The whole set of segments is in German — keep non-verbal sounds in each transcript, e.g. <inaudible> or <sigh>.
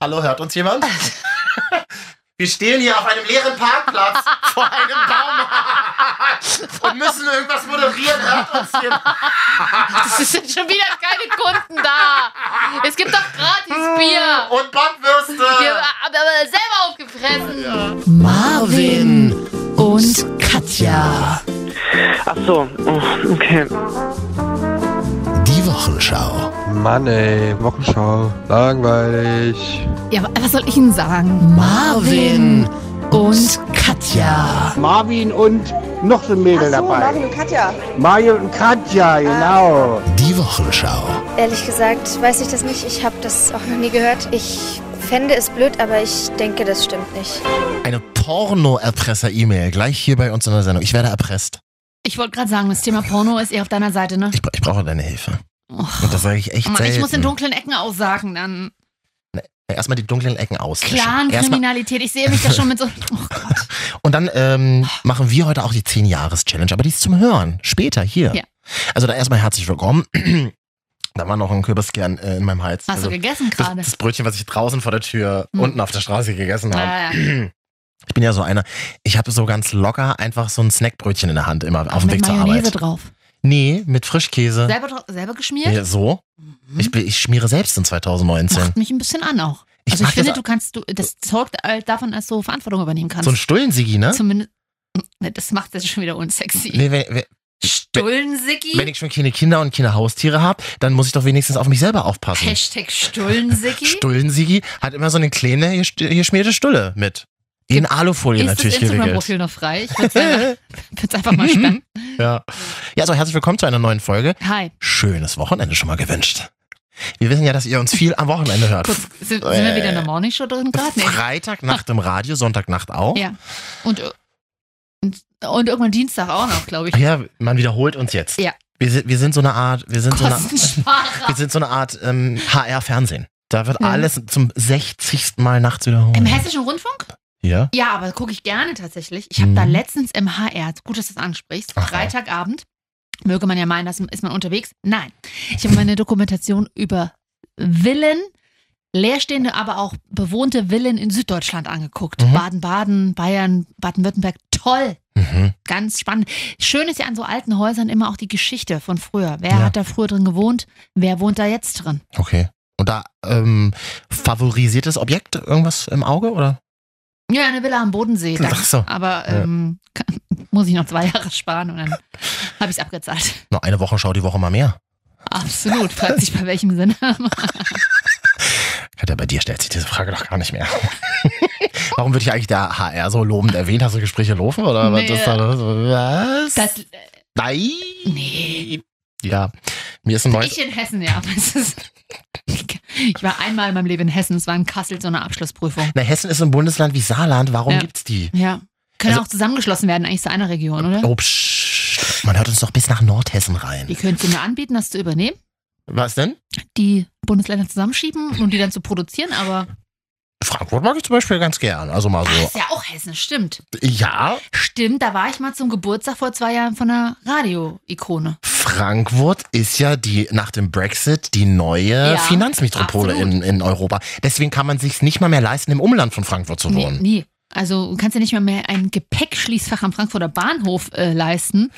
Hallo, hört uns <laughs> jemand? Wir stehen hier auf einem leeren Parkplatz vor einem <laughs> Baum und müssen irgendwas moderieren. Hört uns jemand? Es sind schon wieder keine Kunden da. Es gibt doch gratis Bier. Und Wir Bockwürste. haben aber selber aufgefressen. Marvin und Katja. Ach so, oh, okay. Die Wochenschau. Mann ey, Wochenschau, langweilig. Ja, wa- was soll ich Ihnen sagen? Marvin und Katja. Marvin und noch so ein Mädel dabei. Marvin und Katja. Mario und Katja, genau. Die Wochenschau. Ehrlich gesagt weiß ich das nicht. Ich habe das auch noch nie gehört. Ich fände es blöd, aber ich denke, das stimmt nicht. Eine Porno-Erpresser-E-Mail gleich hier bei uns in der Sendung. Ich werde erpresst. Ich wollte gerade sagen, das Thema Porno ist eher auf deiner Seite, ne? Ich, bra- ich brauche deine Hilfe. Och, Oh Und das sage ich echt Mann, selten. ich muss in dunklen Ecken aussagen dann. Erstmal die dunklen Ecken auslöschen. Erstmal Clan-Kriminalität, ich sehe mich da schon mit so... Oh Gott. Und dann ähm, machen wir heute auch die 10-Jahres-Challenge, aber die ist zum Hören. Später hier. Ja. Also da erstmal herzlich willkommen. <clears throat> Da war noch ein Kürbiskern äh, in meinem Hals. Hast also, du gegessen das, gerade? das Brötchen, was ich draußen vor der Tür Hm. unten auf der Straße gegessen habe. Ah, Ich bin ja so einer, ich habe so ganz locker einfach so ein Snackbrötchen in der Hand immer auf dem Weg mit zur Mayonnaise Arbeit. drauf. Nee, mit Frischkäse. Selber, dra- selber geschmiert? Mhm. Ja, so. Hm. Ich, bin- ich schmiere selbst in 2019. Macht mich ein bisschen an auch. Ich also mag ich finde, das- du kannst, du, das zeugt äh, davon, dass du Verantwortung übernehmen kannst. So ein Stullensigi, ne? Zumindest, ne, das macht das schon wieder unsexy. Nee, wenn, wenn, Stullensicki? wenn ich schon keine Kinder und keine Haustiere habe, dann muss ich doch wenigstens auf mich selber aufpassen. Hashtag Stullensicki? Stullensigi hat immer so eine kleine gesch- geschmierte Stulle mit. In Alufolie Ist das natürlich gewickelt. Instagram-Profil noch frei? Ich <laughs> würde es einfach mal sperren. Ja. ja, so herzlich willkommen zu einer neuen Folge. Hi. Schönes Wochenende schon mal gewünscht. Wir wissen ja, dass ihr uns viel am Wochenende hört. Kurz, sind, sind wir wieder in Äh. der Morning Show drin gerade? Nee. Freitagnacht im Radio, Sonntagnacht auch. Ja. Und, und, und irgendwann Dienstag auch noch, glaube ich. Ah Ja, man wiederholt uns jetzt. Ja. Wir sind, wir sind so eine Art, wir sind so eine, wir Kostensparer. sind so eine Art ähm, HR-Fernsehen. Da wird Ja. alles zum 60. Mal nachts wiederholt. Mhm. Im Hessischen Rundfunk? ja. Ja, aber gucke ich gerne tatsächlich. Ich habe Mhm. da letztens im HR, gut, dass du das ansprichst, Aha. Freitagabend, möge man ja meinen, dass ist man unterwegs. Nein, ich habe meine Dokumentation über Villen, leerstehende, aber auch bewohnte Villen in Süddeutschland angeguckt. Mhm. Baden-Baden, Bayern, Baden-Württemberg, toll. Mhm. Ganz spannend. Schön ist ja an so alten Häusern immer auch die Geschichte von früher. Wer Ja. hat da früher drin gewohnt? Wer wohnt da jetzt drin? Okay. Und da ähm, favorisiertes Objekt irgendwas im Auge oder? Ja, eine Villa am Bodensee. danke. Ach so. Aber Ja. ähm, <laughs> kann, muss ich noch zwei Jahre sparen und dann habe ich es abgezahlt. <laughs> Noch eine Woche schau die Woche mal mehr. Absolut. Fragt sich bei welchem Sinne. <laughs> Katja, bei dir stellt sich diese Frage doch gar nicht <laughs> mehr. Warum wird hier eigentlich der HR so lobend erwähnt? Hast du Gespräche laufen oder Nee. was ist da los? Was? Das, äh, Nein. nee. Ja. Mir ist ein neues Ich in Hessen, ja. aber es ist- <laughs> Ich war einmal in meinem Leben in Hessen. Es war in Kassel so eine Abschlussprüfung. Na, Hessen ist ein Bundesland wie Saarland. Warum Ja. gibt's die? Ja. Können Also- auch zusammengeschlossen werden, eigentlich zu einer Region, oder? Oh, psch, man hört uns doch bis nach Nordhessen Die rein. könntest du mir anbieten, das zu übernehmen, Was denn? die Bundesländer zusammenschieben und die dann zu produzieren, aber Frankfurt mag ich zum Beispiel ganz gern. Also mal Ach, so. ist ja auch Hessen, stimmt. Ja, Stimmt, da war ich mal zum Geburtstag vor zwei Jahren von einer Radio-Ikone. Frankfurt ist ja die nach dem Brexit die neue Ja, Finanzmetropole absolut. in, in Europa. Deswegen kann man sich nicht mal mehr leisten, im Umland von Frankfurt zu Nee, wohnen. nee. Also du kannst ja nicht mal mehr ein Gepäckschließfach am Frankfurter Bahnhof äh, leisten,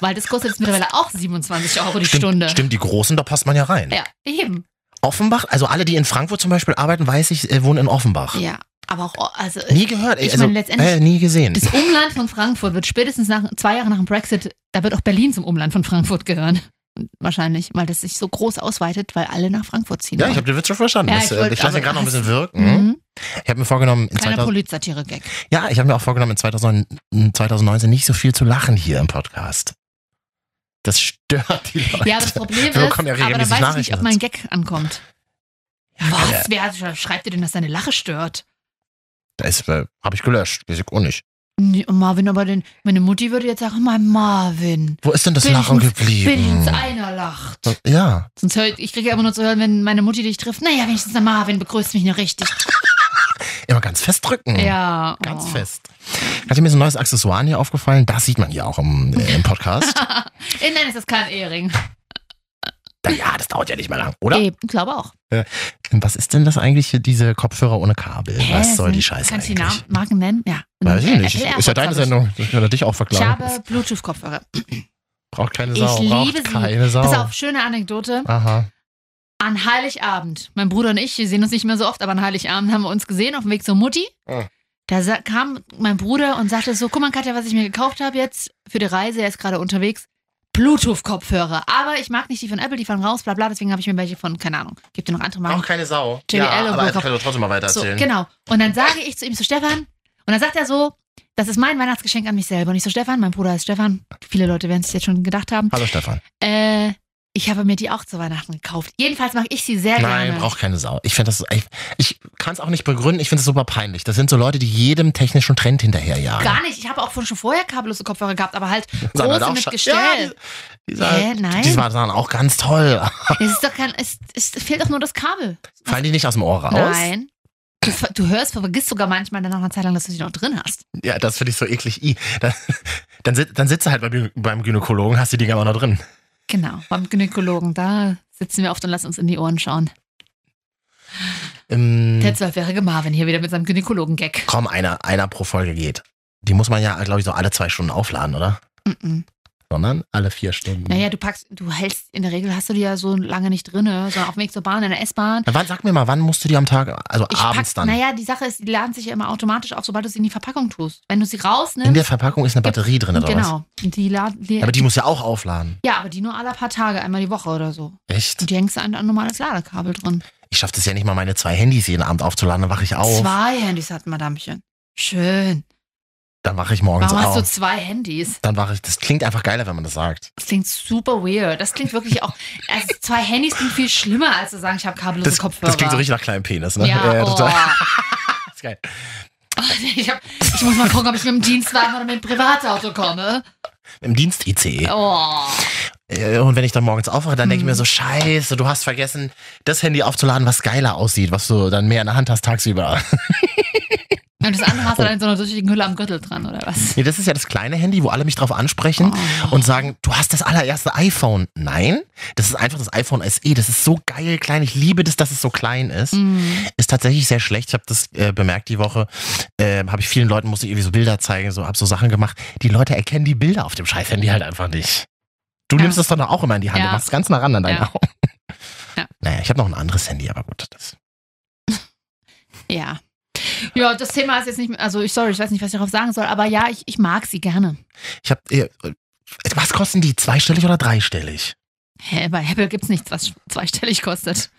weil das kostet jetzt mittlerweile auch 27 Euro die Stimmt, Stunde. stimmt, die Großen, da passt man ja rein. Ja, eben. Offenbach, also alle, die in Frankfurt zum Beispiel arbeiten, weiß ich, äh, wohnen in Offenbach. Ja, aber auch, also Nie gehört, ey, Ich also, meine, letztendlich- äh, nie gesehen. das Umland von Frankfurt wird spätestens nach zwei Jahren nach dem Brexit, da wird auch Berlin zum Umland von Frankfurt gehören. Wahrscheinlich, weil das sich so groß ausweitet, weil alle nach Frankfurt ziehen. Ja, ich wollen. habe den Witz schon verstanden. Ja, Das, ich äh, wollte- ich lasse ihn aber- gerade noch ein <laughs> bisschen wirken. Mhm. Ich habe mir vorgenommen, in Kleiner 2000, Polizatire-Gag. Ja, ich habe mir auch vorgenommen, in 2009 in 2019 nicht so viel zu lachen hier im Podcast. Das stört die Leute. Ja, aber das Problem <laughs> ist, Wir bekommen ja aber dann regelmäßig weiß ich nicht, ob Nachrichten. mein Gag ankommt. Was? Wer schreibt dir denn, dass deine Lache stört? Das äh, habe ich gelöscht. Weiß ich auch nicht. Nee, Marvin, aber denn, meine Mutti würde jetzt sagen, mein Marvin, Wo ist denn das Wenigstens- Lachen geblieben? wenigstens einer lacht. Ja, Sonst hör, ich kriege ja immer nur zu hören, wenn meine Mutti dich trifft, naja, wenigstens der Marvin begrüßt mich nur richtig. immer ganz fest drücken. Ja. oh. Hm. Ganz fest. Hatte mir so ein neues Accessoire hier aufgefallen. Das sieht man hier auch im, äh, im Podcast. <laughs> Äh, Nein, es ist kein Ehering. ja, das dauert ja nicht mehr lang, oder? Eben, glaube auch. Äh, was ist denn das eigentlich, hier, diese Kopfhörer ohne Kabel? was soll die Scheiße Hm. Kannst du eigentlich? die Namen, Marken nennen? Ja. Weiß ich Äh, nicht. Apple Ist ja deine AirPods hab Sendung. Ich kann dich auch Ich, ich verklagen. habe Bluetooth-Kopfhörer. Braucht keine Ich Sau. Braucht liebe sie. keine Sau. Pass auf, schöne Anekdote. Aha. An Heiligabend, mein Bruder und ich, wir sehen uns nicht mehr so oft, aber an Heiligabend haben wir uns gesehen auf dem Weg zur Mutti. Ah. Da sa- kam mein Bruder und sagte so, guck mal Katja, was ich mir gekauft habe jetzt für die Reise, er ist gerade unterwegs. Bluetooth-Kopfhörer. Aber ich mag nicht die von Apple, die fahren raus, bla bla, deswegen habe ich mir welche von, keine Ahnung, gibt dir noch andere Marken. Auch keine Sau. JBL ja, und aber Burkhardt. kann du trotzdem mal weiter So, erzählen. genau. Und dann sage ich zu ihm, zu Stefan, und dann sagt er so, das ist mein Weihnachtsgeschenk an mich selber. Und ich so, Stefan, mein Bruder ist Stefan. Viele Leute werden es jetzt schon gedacht haben. Hallo Stefan. Äh, ich habe mir die auch zu Weihnachten gekauft. Jedenfalls mag ich sie sehr Nein, gerne. braucht keine Sau. Ich finde das, ich, ich kann es auch nicht begründen. Ich finde es super peinlich. Das sind so Leute, die jedem technischen Trend hinterherjagen. Gar nicht. Ich habe auch schon vorher kabellose Kopfhörer gehabt, aber halt Sahen halt große auch mit scha- Gestell. Ja, die, die, Hä, sahen, nein. die waren auch ganz toll. Es ist doch kein, es, es fehlt doch nur das Kabel. Fallen die nicht aus dem Ohr raus? Nein. Du, ver- du hörst, vergisst sogar manchmal dann nach einer Zeit lang, dass du sie noch drin hast. Ja, das finde ich so eklig. I. Dann, dann, sit- dann sitzt du halt beim, beim Gynäkologen, hast die Dinger immer noch drin. Genau, beim Gynäkologen, da sitzen wir oft und lassen uns in die Ohren schauen. Ähm, Der zwölfjährige Marvin hier wieder mit seinem Gynäkologen-Gag. komm, einer, einer pro Folge geht. Die muss man ja, glaube ich, so alle zwei Stunden aufladen, oder? Mhm. Sondern alle vier Stunden. Naja, du packst, du hältst, in der Regel hast du die ja so lange nicht drin, sondern auf dem Weg zur Bahn, in der S-Bahn. Na, wann, sag mir mal, wann musst du die am Tag, also Ich abends pack, dann? Naja, die Sache ist, die laden sich ja immer automatisch auf, sobald du sie in die Verpackung tust. Wenn du sie rausnimmst. In der Verpackung ist eine Batterie drin, oder was? ne? Genau. Und Die laden, die, Aber die muss ja auch aufladen. ja, aber die nur alle paar Tage, einmal die Woche oder so. Echt? Und die hängst du an ein normales Ladekabel drin. Ich schaffe das ja nicht mal, meine zwei Handys jeden Abend aufzuladen, dann wache ich auf. Zwei Handys hat Madamchen. Schön. Dann wache ich morgens Warum hast du auf. zwei Handys? Dann wache ich. Das klingt einfach geiler, wenn man das sagt. Das klingt super weird. Das klingt wirklich auch. Also zwei Handys klingt viel schlimmer, als zu sagen, ich habe kabellose Das, Kopfhörer. das klingt so richtig nach kleinem Penis, ne? Ja, total. oh. <laughs> Das ist geil. ich, hab, ich muss mal gucken, ob ich mit dem Dienstwagen oder mit dem Privatauto komme. Im Dienst-ICE. Oh. Äh, Und wenn ich dann morgens aufwache, dann denke ich mir Mhm. so, scheiße, du hast vergessen, das Handy aufzuladen, was geiler aussieht, was du dann mehr in der Hand hast <laughs> tagsüber. Und das andere hast du dann in so einer durchsichtigen Hülle am Gürtel dran, oder was? Nee, das ist Oh. ja das kleine Handy, wo alle mich drauf ansprechen Oh. und sagen, du hast das allererste iPhone. Nein, das ist einfach das iPhone SE. Das ist so geil klein. Ich liebe das, dass es so klein ist. Mm. Ist tatsächlich sehr schlecht. Ich habe das äh, bemerkt die Woche. Äh, habe ich vielen Leuten, musste irgendwie so Bilder zeigen, so habe so Sachen gemacht. Die Leute erkennen die Bilder auf dem scheiß Handy halt einfach nicht. Du Ja. nimmst das dann auch immer in die Hand. Ja. Du machst es ganz nah ran an deine Ja. Augen. Ja. Naja, ich habe noch ein anderes Handy, aber gut. Das. Ja. Ja, das Thema ist jetzt nicht, mehr- also ich sorry, ich weiß nicht, was ich darauf sagen soll, aber ja, ich, ich mag sie gerne. Ich habe. Äh, was kosten die? Zweistellig oder dreistellig? Hä, bei Apple gibt's nichts, was zweistellig kostet.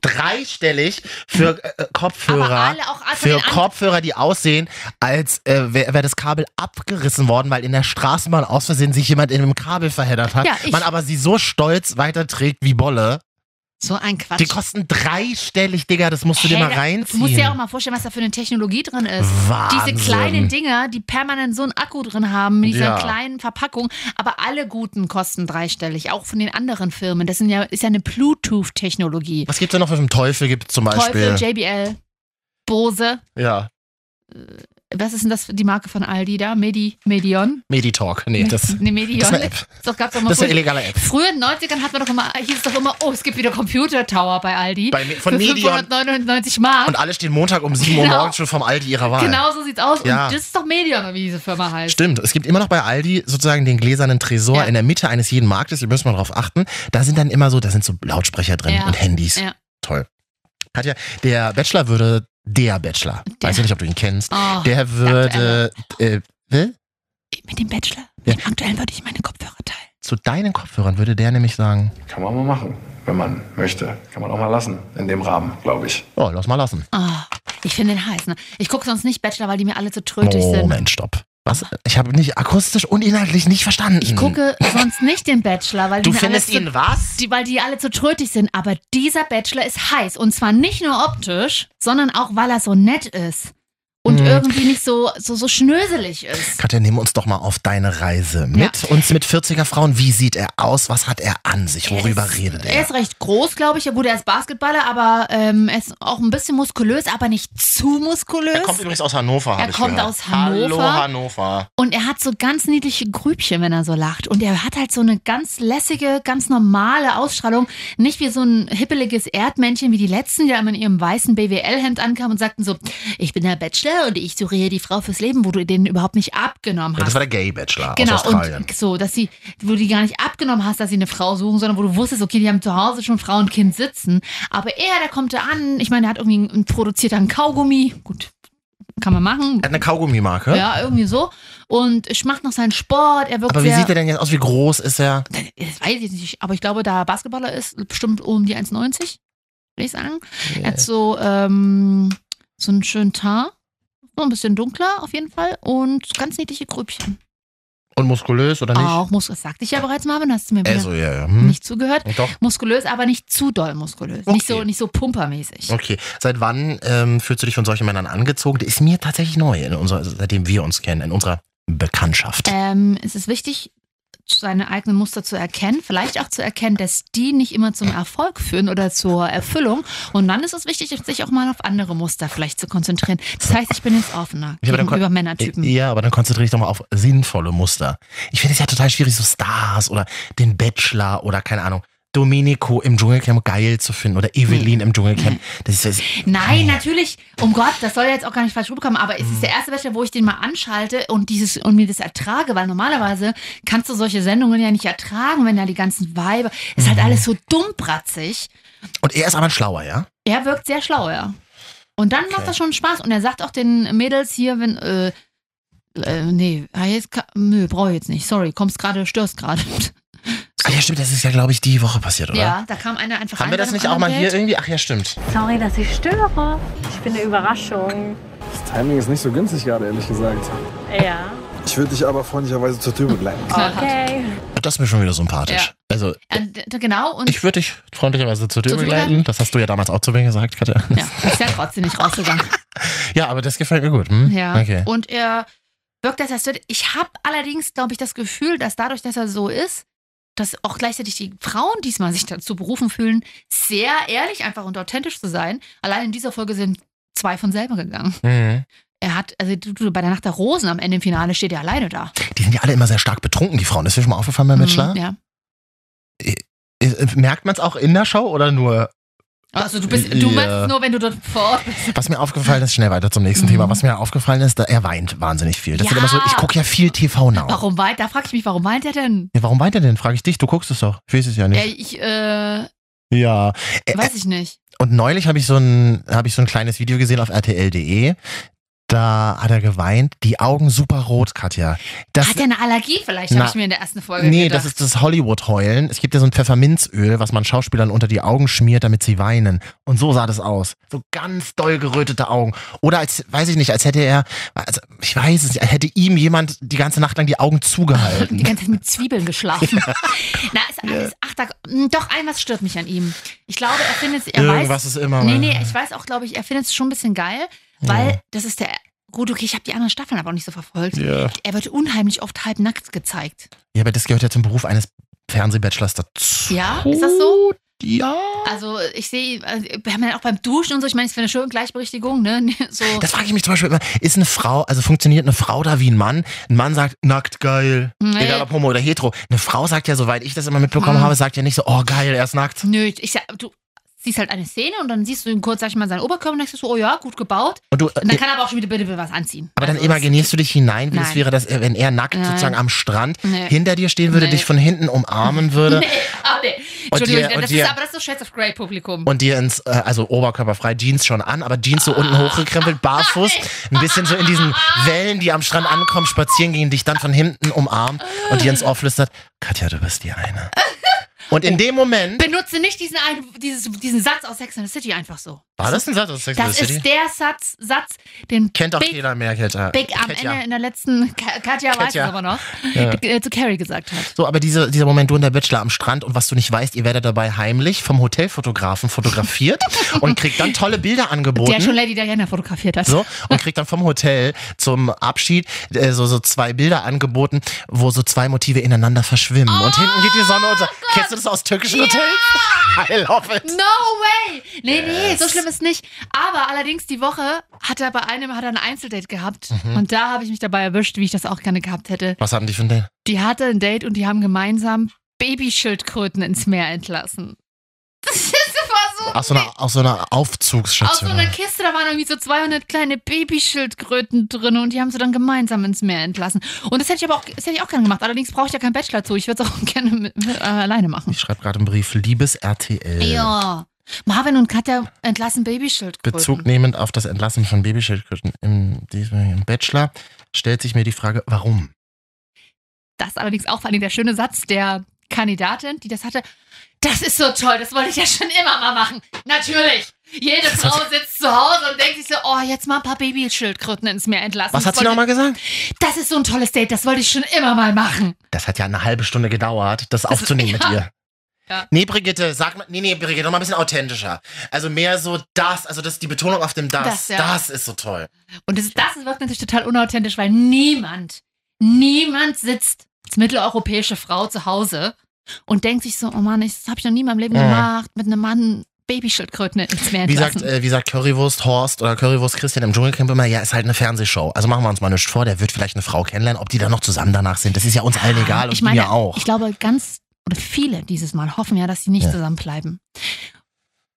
Dreistellig für äh, Kopfhörer. aber alle auch also für den anderen- Kopfhörer, die aussehen, als äh, wäre wär das Kabel abgerissen worden, weil in der Straßenbahn aus Versehen sich jemand in einem Kabel verheddert hat. Ja, ich- man aber sie so stolz weiterträgt wie Bolle. So ein Quatsch. Die kosten dreistellig, Digga, das musst du dir Hä, mal da- reinziehen. Du musst dir auch mal vorstellen, was da für eine Technologie drin ist. Wahnsinn. Diese kleinen Dinger, die permanent so einen Akku drin haben, mit dieser Ja. kleinen Verpackung, aber alle guten kosten dreistellig, auch von den anderen Firmen. Das sind ja, ist ja eine Bluetooth-Technologie. Was gibt's denn noch für einen Teufel? Gibt zum Beispiel. Teufel, JBL, Bose, ja, was ist denn das für die Marke von Aldi da? Medi, Medion? Meditalk. Nee, das, das Ne, ist <laughs> Medion. eine App. Doch, gab's doch mal Das ist eine früher. illegale App. Früher in den 90ern hat man doch immer, hieß es doch immer, oh, es gibt wieder Computer Tower bei Aldi. Bei, Me- von für Medion. 599 Mark. Und alle stehen Montag um 7 Uhr Genau. morgens schon vom Aldi ihrer Wahl. Genau so sieht's aus. Ja. Und das ist doch Medion, oder wie diese Firma heißt. Stimmt, es gibt immer noch bei Aldi sozusagen den gläsernen Tresor Ja. in der Mitte eines jeden Marktes, ihr müsst mal drauf achten. Da sind dann immer so, da sind so Lautsprecher drin Ja. und Handys. Ja. Toll. Hat ja, der Bachelor würde, der Bachelor, Der. weiß ich nicht, ob du ihn kennst, Oh, der würde, äh, hä? mit dem Bachelor, Ja. mit dem aktuellen würde ich meine Kopfhörer teilen. zu deinen Kopfhörern würde der nämlich sagen, Kann man auch mal machen, wenn man möchte. Kann man auch mal lassen, in dem Rahmen, glaube ich. oh, lass mal lassen. Ah, ich finde den heiß. Ne? Ich gucke sonst nicht Bachelor, weil die mir alle zu trötig sind. Moment, stopp. Was? Ich habe nicht akustisch und inhaltlich nicht verstanden. Ich gucke sonst nicht den Bachelor, weil die Du mir findest alle zu, ihn was? die, weil die alle zu trötig sind. Aber dieser Bachelor ist heiß und zwar nicht nur optisch, sondern auch weil er so nett ist. und Mhm. irgendwie nicht so, so, so schnöselig ist. Katja, nimm uns doch mal auf deine Reise mit. Uns mit 40er Frauen, wie sieht er aus? Was hat er an sich? Worüber redet Er er? ist recht groß, glaube ich. Er wurde als Basketballer, aber ähm, er ist auch ein bisschen muskulös, aber nicht zu muskulös. Er kommt übrigens aus Hannover. hab Er ich kommt gehört. aus Hallo Hannover. Hannover. Und er hat so ganz niedliche Grübchen, wenn er so lacht. Und er hat halt so eine ganz lässige, ganz normale Ausstrahlung. Nicht wie so ein hippeliges Erdmännchen wie die letzten, die da immer in ihrem weißen BWL-Hemd ankamen und sagten so, ich bin der Bachelor und ich suche hier die Frau fürs Leben, wo du denen überhaupt nicht abgenommen Ja, das hast. war der Gay Bachelor Genau, aus Australien. und so, dass sie, wo du die gar nicht abgenommen hast, dass sie eine Frau suchen, sondern wo du wusstest, okay, die haben zu Hause schon Frau und Kind sitzen. Aber er, der kommt da an, ich meine, der hat irgendwie einen- einen, produziert einen Kaugummi. Gut, kann man machen. Er hat eine Kaugummimarke. Ja, irgendwie so. Und ich macht noch seinen Sport. Er wirkt Aber wie sehr, sieht er denn jetzt aus? Wie groß ist er? Das weiß ich nicht. Aber ich glaube, da er Basketballer ist, bestimmt um die 1,90, würde ich sagen. Er hat so, ähm, so einen schönen Teint. So ein bisschen dunkler auf jeden Fall. Und ganz niedliche Grübchen. Und muskulös oder nicht? Auch muss, das sagte ich ja bereits, Marvin, hast du mir wieder Also, ja, ja. Hm. nicht zugehört. Doch. Muskulös, aber nicht zu doll muskulös. Nicht so, nicht so pumpermäßig. Okay. Seit wann ähm, fühlst du dich von solchen Männern angezogen? Das ist mir tatsächlich neu, in unserer, seitdem wir uns kennen, in unserer Bekanntschaft. Ähm, es ist wichtig, seine eigenen Muster zu erkennen, vielleicht auch zu erkennen, dass die nicht immer zum Erfolg führen oder zur Erfüllung. Und dann ist es wichtig, sich auch mal auf andere Muster vielleicht zu konzentrieren. Das heißt, ich bin jetzt offener Ja, aber dann kon- gegenüber Männertypen. Ja, aber dann konzentriere ich doch mal auf sinnvolle Muster. Ich finde es ja total schwierig, so Stars oder den Bachelor oder keine Ahnung, Domenico im Dschungelcamp geil zu finden oder Evelyn Hm. im Dschungelcamp. Das ist, das Nein, natürlich. Um Gott, das soll ja jetzt auch gar nicht falsch rüberkommen, aber Hm. es ist der erste Bachelor, wo ich den mal anschalte und dieses und mir das ertrage, weil normalerweise kannst du solche Sendungen ja nicht ertragen, wenn da die ganzen Weiber. Ist Mhm. halt alles so dummbratzig. Und er ist aber ein Schlauer, ja? Er wirkt sehr schlau, ja. Und dann Okay. macht das schon Spaß. Und er sagt auch den Mädels hier, wenn, äh, äh nee, ah, jetzt, ka- nö, brauche ich jetzt nicht. Sorry, kommst gerade, störst gerade. <laughs> Ah, ja, stimmt, das ist ja, glaube ich, die Woche passiert, oder? Ja, da kam einer einfach Haben wir rein bei das einem nicht auch mal anderen hier Date. irgendwie? Ach ja, stimmt. Sorry, dass ich störe. Ich bin eine Überraschung. Das Timing ist nicht so günstig gerade, ehrlich gesagt. Ja. Ich würde dich aber freundlicherweise zur Tür begleiten. Okay. Das ist mir schon wieder sympathisch. Ja. Also, Und, äh, Genau, und ich würde dich freundlicherweise zur Tür Zur Tür begleiten. begleiten? Das hast du ja damals auch zu mir gesagt, Katja. ja, ist ja trotzdem nicht rausgegangen. Ja, aber das gefällt mir gut. Hm? Ja. Okay. Und er wirkt das, als würde. Ich habe allerdings, glaube ich, das Gefühl, dass dadurch, dass er so ist, dass auch gleichzeitig die Frauen diesmal sich dazu berufen fühlen, sehr ehrlich einfach und authentisch zu sein. Allein in dieser Folge sind zwei von selber gegangen. Mhm. Er hat, also du, du, bei der Nacht der Rosen am Ende im Finale steht er alleine da. Die sind ja alle immer sehr stark betrunken, die Frauen. Ist dir schon mal aufgefallen beim Bachelor? Mhm, ja. Äh, Merkt man es auch in der Show oder nur Also du bist, du Ja. meinst es nur, wenn du dort vor Ort bist. Was mir aufgefallen ist, schnell weiter zum nächsten Thema. Was mir aufgefallen ist, da, er weint wahnsinnig viel. Das Mhm. Ja. wird immer so, ich gucke ja viel TV now. Warum? Warum weint? Da frage ich mich, warum weint er denn? Ja, warum weint er denn? Frage ich dich, du guckst es doch. Ich weiß es ja Ja, nicht. Äh, ich, äh, ja. Ä- weiß ich nicht. Und neulich habe ich, so ein, habe ich so ein kleines Video gesehen auf rtl.de. E. Da hat er geweint. Die Augen super rot, Katja. Das, Hat er eine Allergie vielleicht, habe Na, ich mir in der ersten Folge nee, gedacht. das ist das Hollywood-Heulen. Es gibt ja so ein Pfefferminzöl, was man Schauspielern unter die Augen schmiert, damit sie weinen. Und so sah das aus. So ganz doll gerötete Augen. Oder als, weiß ich nicht, als hätte er, also ich weiß es nicht, als hätte ihm jemand die ganze Nacht lang die Augen zugehalten. Die ganze Zeit mit <laughs> Zwiebeln geschlafen. Na, ist alles. Ach, da, mh, doch, ein was stört mich an ihm. Ich glaube, er findet <laughs> er Irgendwas weiß, ist ne? immer Nee, mal- nee, ich weiß auch, glaube ich, er findet es schon ein bisschen geil, weil das ist der. Gut, okay, ich habe die anderen Staffeln aber auch nicht so verfolgt. Ja. Er wird unheimlich oft halbnackt gezeigt. ja, aber das gehört ja zum Beruf eines Fernsehbachelors dazu. Ja, ist das so? Ja. Also ich sehe, also, wir haben ja auch beim Duschen und so, ich meine, es wäre eine schöne Gleichberechtigung, ne? <laughs> So. Das frage ich mich zum Beispiel immer, ist eine Frau, also funktioniert eine Frau da wie ein Mann? Ein Mann sagt, nackt geil, Nee. egal ob homo oder hetero. Eine Frau sagt ja, soweit ich das immer mitbekommen Hm. habe, sagt ja nicht so, oh geil, er ist nackt. Nö, ich sag, du siehst halt eine Szene und dann siehst du ihn kurz, sag ich mal, seinen Oberkörper und denkst du so, oh ja, gut gebaut. Und du, Und dann kann er aber auch schon wieder bitte was anziehen. Aber dann Also, imaginierst du dich hinein, wie es Nein. wäre, dass er, wenn er nackt Nein. sozusagen am Strand Nee. hinter dir stehen würde, Nee. dich von hinten umarmen würde <laughs> Nee, ah, nee. Und Entschuldigung, dir- und das dir- ist aber das ist so Shades of Grey Publikum. und dir ins, äh, also oberkörperfrei, Jeans schon an, aber Jeans so unten <laughs> hochgekrempelt, barfuß, ein bisschen so in diesen Wellen, die am Strand ankommen, spazieren gehen, dich dann von hinten umarmt und dir ins Ohr flüstert, Katja, du bist die eine. Und in dem Moment benutze nicht diesen, einen- dieses, diesen Satz aus Sex and the City einfach so. War das ein Satz aus Sex and Das the City? ist der Satz, Satz den Kennt auch Big, jeder äh, mehr, Katja. Big am Katja. Ende in der letzten, Ka- Katja weiß es Katja. aber noch, Ja. die, äh, zu Carrie gesagt hat. So, aber diese, dieser Moment, du und der Bachelor am Strand und was du nicht weißt, ihr werdet dabei heimlich vom Hotelfotografen fotografiert <laughs> und kriegt dann tolle Bilder angeboten. Der schon Lady Diana fotografiert hat. So, und kriegt dann vom Hotel zum Abschied äh, so, so zwei Bilder angeboten, wo so zwei Motive ineinander verschwimmen. und hinten geht die Sonne unter. Kennst du das aus türkischen Oh Ja! Hotels? <laughs> I love it. No way! Nee, nee, Yes. so schlimm ist nicht. Aber allerdings die Woche hat er bei einem hat er ein Einzeldate gehabt. Mhm. Und da habe ich mich dabei erwischt, wie ich das auch gerne gehabt hätte. Was haben die für ein Date? Die hatte ein Date und die haben gemeinsam Babyschildkröten ins Meer entlassen. <laughs> Das war so. Aus so einer, aus so einer Aus so Aufzugsstation. einer Kiste, da waren irgendwie so 200 kleine Babyschildkröten drin und die haben sie dann gemeinsam ins Meer entlassen. Und das hätte ich aber auch, das hätte ich auch gerne gemacht. Allerdings brauche ich ja keinen Bachelor zu. Ich würde es auch <laughs> gerne mit, mit, äh, alleine machen. ich schreibe gerade einen Brief. Liebes RTL. Ja. Marvin und Katja entlassen Babyschildkröten. Bezug nehmend auf das Entlassen von Babyschildkröten im, diesem- im Bachelor stellt sich mir die Frage, warum? Das ist allerdings auch vor allem der schöne Satz der Kandidatin, die das hatte. Das ist so toll, das wollte ich ja schon immer mal machen. Natürlich. Jede Frau sitzt zu Hause und denkt sich so, oh, jetzt mal ein paar Babyschildkröten ins Meer entlassen. Was hat Das sie wollte- nochmal gesagt? Das ist so ein tolles Date, das wollte ich schon immer mal machen. Das hat ja eine halbe Stunde gedauert, das aufzunehmen ja. mit ihr. Ja. Nee, Brigitte, sag mal, nee, nee, Brigitte, noch mal ein bisschen authentischer. Also mehr so das, also das, die Betonung auf dem das, Das, das, ja. ist so toll. Und das, das wirkt natürlich total unauthentisch, weil niemand, niemand sitzt als mitteleuropäische Frau zu Hause und denkt sich so, oh Mann, ich, das habe ich noch nie in meinem Leben Mhm. gemacht, mit einem Mann Babyschildkröten ins Meer Wie entlassen. sagt, äh, wie sagt Currywurst Horst oder Currywurst Christian im Dschungelcamp immer, ja, ist halt eine Fernsehshow. Also machen wir uns mal nichts vor, der wird vielleicht eine Frau kennenlernen, ob die dann noch zusammen danach sind. Das ist ja uns allen egal und Ah, ich meine, mir auch. Ich glaube, ganz oder viele dieses Mal hoffen ja, dass sie nicht Ja. zusammenbleiben.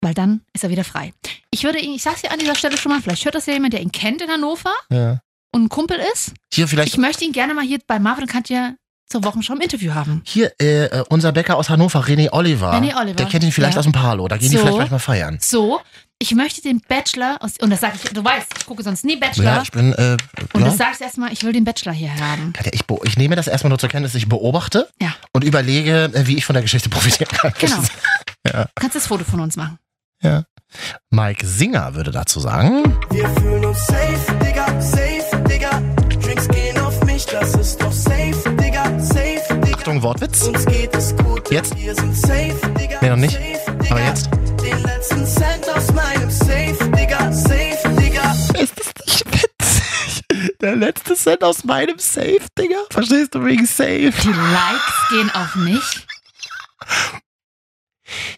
Weil dann ist er wieder frei. Ich würde ihn, ich sag's dir an dieser Stelle schon mal, vielleicht hört das ja jemand, der ihn kennt in Hannover ja. und ein Kumpel ist. Hier vielleicht, Ich möchte ihn gerne mal hier bei Marvin und Katja zur Wochenschau im Interview haben. hier äh, äh, unser Bäcker aus Hannover, René Oliver. René Oliver, Der kennt ihn vielleicht ja. aus dem Palo, da gehen die So. vielleicht manchmal feiern. So, ich möchte den Bachelor, aus, und das sage ich, du weißt, ich gucke sonst nie Bachelor. Ja, ich bin, äh, und ja. das sage ich erstmal, ich will den Bachelor hier haben. Katja, ich, beo- ich nehme das erstmal nur zur Kenntnis, ich beobachte Ja. und überlege, äh, wie ich von der Geschichte <laughs> profitieren kann. Genau. Ja. Du kannst das Foto von uns machen. Ja. Mike Singer würde dazu sagen. Wir fühlen uns safe, Digga, safe, Digga. Drinks gehen auf mich, das ist doch safe, Digga, safe, Digga. Achtung, Wortwitz. Uns geht es gut, Jetzt? wir sind safe, Digga. Nee, noch nicht. Safe, Aber jetzt. den letzten Cent aus meinem Safe, Digga, safe, Digga. <laughs> Ist das nicht witzig? Der letzte Cent aus meinem Safe, Digga. Verstehst du wegen Safe? Die Likes gehen auf mich.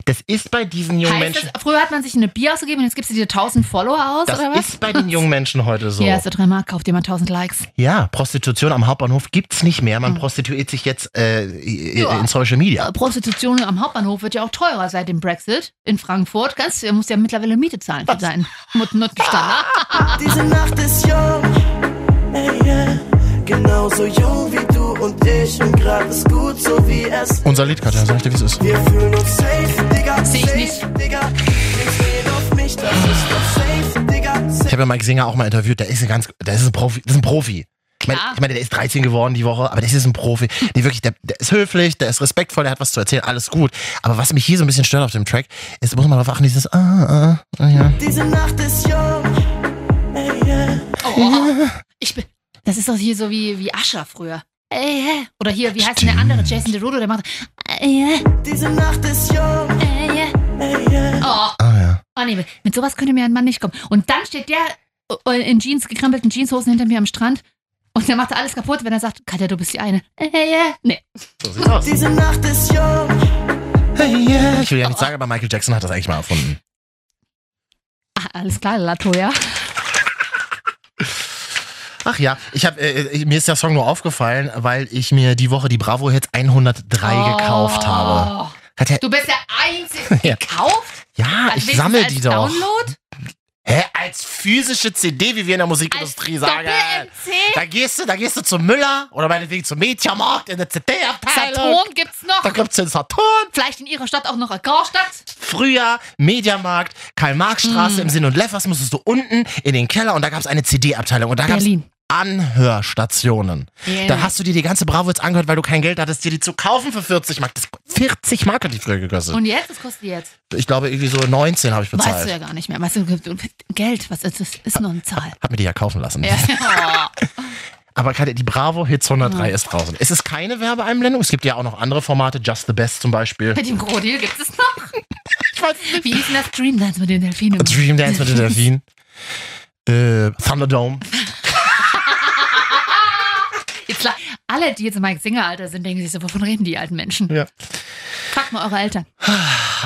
Das ist bei diesen jungen Heißt Menschen. Das, früher hat man sich eine Bier ausgegeben und jetzt gibst du dir 1000 Follower aus, Das, oder was? ist bei den jungen Menschen heute so. Ja, ist der dreimal kauft jemand 1000 Likes. Ja, Prostitution am Hauptbahnhof gibt's nicht mehr. Man prostituiert sich jetzt äh, i- Mhm. Ja. in Social Media. Äh, Prostitution am Hauptbahnhof wird ja auch teurer seit dem Brexit in Frankfurt. Ganz, er muss ja mittlerweile Miete zahlen für seinen Nuttenstander. Diese Nacht ist jung, ey, yeah. Genauso jung wie du und ich. Und grad ist gut, so wie es Unser Lied, Katja, sag ich dir, wie es ist. Wir fühlen uns safe, Digga. Seh ich safe, nicht. Digga. Links gehen auf mich, das ist doch safe, Digga. Ich habe ja Mike Singer auch mal interviewt, der ist ein ganz, der ist ein Profi, das ist ein Profi. Ich meine, Klar. ich meine, der ist 13 geworden die Woche, aber das ist ein Profi. Nee, wirklich, der, der ist höflich, der ist respektvoll, der hat was zu erzählen, alles gut. Aber was mich hier so ein bisschen stört auf dem Track, ist, muss man darauf achten, dieses ah, ah, ah, ja. Diese Nacht ist jung. Ey, yeah. Ah. Oh, oh, oh. Ich bin, das ist doch hier so wie, wie Ascher früher. Ey, hä? Oder hier, wie heißt denn der andere? Jason Derulo, der macht. äh, Ey, hä? Diese Nacht ist jung. Ey, hä? Ey, yeah. äh. oh, Ah, ja. oh nee, mit sowas könnte mir ein Mann nicht kommen. Und dann steht der äh, in Jeans, gekrempelten Jeanshosen hinter mir am Strand und der macht alles kaputt, wenn er sagt, Katja, du bist die eine. Ey, hä? Nee. So sieht's aus. Diese Nacht ist jung. Hey, yeah. Ich will ja nicht sagen, aber Michael Jackson hat das eigentlich mal erfunden. Ah, alles klar, Lato, ja. Ach ja, ich hab, äh, mir ist der Song nur aufgefallen, weil ich mir die Woche die Bravo Hits 103 Oh. gekauft habe. Hat ja, Du bist der <laughs> Einzige, Ja. der gekauft? ja Als ich wenigstens sammel als die doch. Download? Hä? Als physische CD, wie wir in der Musikindustrie sagen. Da gehst du, da gehst du zum Müller oder meinetwegen zum Mediamarkt in der CD-Abteilung. Saturn gibt's noch. Da kommst du in Saturn. Vielleicht in ihrer Stadt auch noch Akkordstadt. Früher Mediamarkt, Hm. Karl-Marx-Straße im Sinn und Leffers musstest du unten in den Keller und da gab es eine CD-Abteilung. Und da gab's, Berlin. Anhörstationen. Yeah. Dann hast du dir die ganze Bravo jetzt angehört, weil du kein Geld hattest, dir die zu kaufen für 40 Mark. Das 40 Mark hat die früher gekostet. Und jetzt? Was kostet die jetzt? ich glaube, irgendwie so 19 habe ich bezahlt. Weißt du ja gar nicht mehr. Weißt du, du- Geld, was ist das? Ist nur eine Zahl. Hab mir die ja kaufen lassen. Ja. Aber Katja, die Bravo Hits 103 Ja. ist draußen. Es ist keine Werbeeinblendung. Es gibt ja auch noch andere Formate, Just the Best zum Beispiel. <laughs> Mit dem Krokodil gibt es noch. Wie hieß denn das Dreamdance mit den Delfinen? Dream Dance <laughs> mit den Delfinen. Äh, Thunderdome. Jetzt la- alle, die jetzt im Mike Singer Alter sind, denken sich so, wovon reden die alten Menschen? Ja. Fragt mal eure Eltern.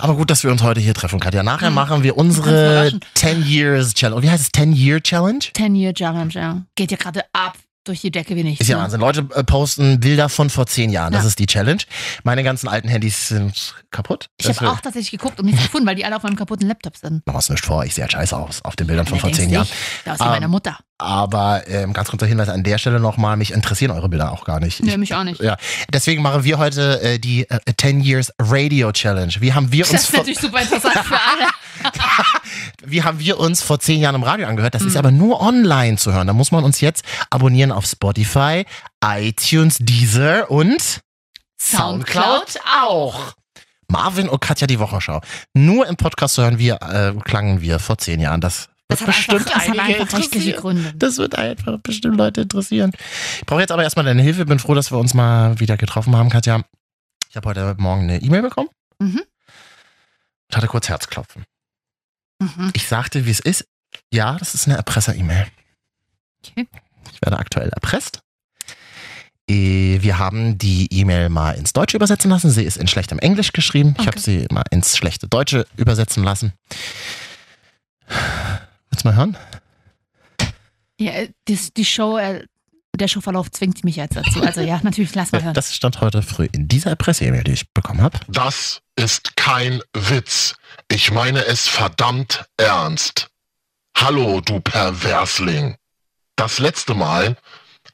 Aber gut, dass wir uns heute hier treffen, Katja. Nachher Mhm. machen wir unsere 10 Years Challenge. Wie heißt es? 10 Year Challenge? Ten Year Challenge, ja. Geht ja gerade ab durch die Decke wie nichts. Ist ja ne? Wahnsinn. Leute äh, posten Bilder von vor zehn Jahren. Das Ja. ist die Challenge. Meine ganzen alten Handys sind kaputt. Ich habe auch tatsächlich geguckt und nichts gefunden, weil die alle auf meinem kaputten Laptop sind. Mach es nicht vor, ich sehe halt scheiße aus auf den Bildern von Wer vor denkst zehn dich? Jahren. Da ist ja meine Ähm, Mutter. Aber ähm, ganz kurzer Hinweis an der Stelle nochmal, mich interessieren eure Bilder auch gar nicht. Nee, Ich- mich auch nicht. Ja, deswegen machen wir heute äh, die äh, 10 Years Radio Challenge. Wie haben wir uns Das ist vor, natürlich super interessant für alle. wie haben wir uns vor zehn Jahren im Radio angehört? Das Mhm. ist aber nur online zu hören. Da muss man uns jetzt abonnieren auf Spotify, iTunes, Deezer und Soundcloud auch. Marvin und Katja die Wochenschau. Nur im Podcast zu hören, wir äh, klangen wir vor zehn Jahren. Das wird Das hat einfach- bestimmt das hat einige einfach rechtliche interessieren. Gründe. Das wird einfach bestimmt Leute interessieren. Ich brauche jetzt aber erstmal deine Hilfe. Bin froh, dass wir uns mal wieder getroffen haben, Katja. Ich habe heute Morgen eine E-Mail bekommen Mhm. und hatte kurz Herzklopfen. Mhm. Ich sagte, wie es ist. Ja, das ist eine Erpresser-E-Mail. Okay. Ich werde aktuell erpresst. Äh, Wir haben die E-Mail mal ins Deutsche übersetzen lassen. Sie ist in schlechtem Englisch geschrieben. Ich habe sie mal ins schlechte Deutsche übersetzen lassen. Willst du mal hören? Ja, äh, das, die Show, äh, der Showverlauf zwingt mich jetzt dazu. Also ja, <laughs> natürlich, lass mal hören. Das stand heute früh in dieser Erpresse-E-Mail, die ich bekommen habe. Das ist kein Witz. Ich meine es verdammt ernst. Hallo, du Perversling. Das letzte Mal,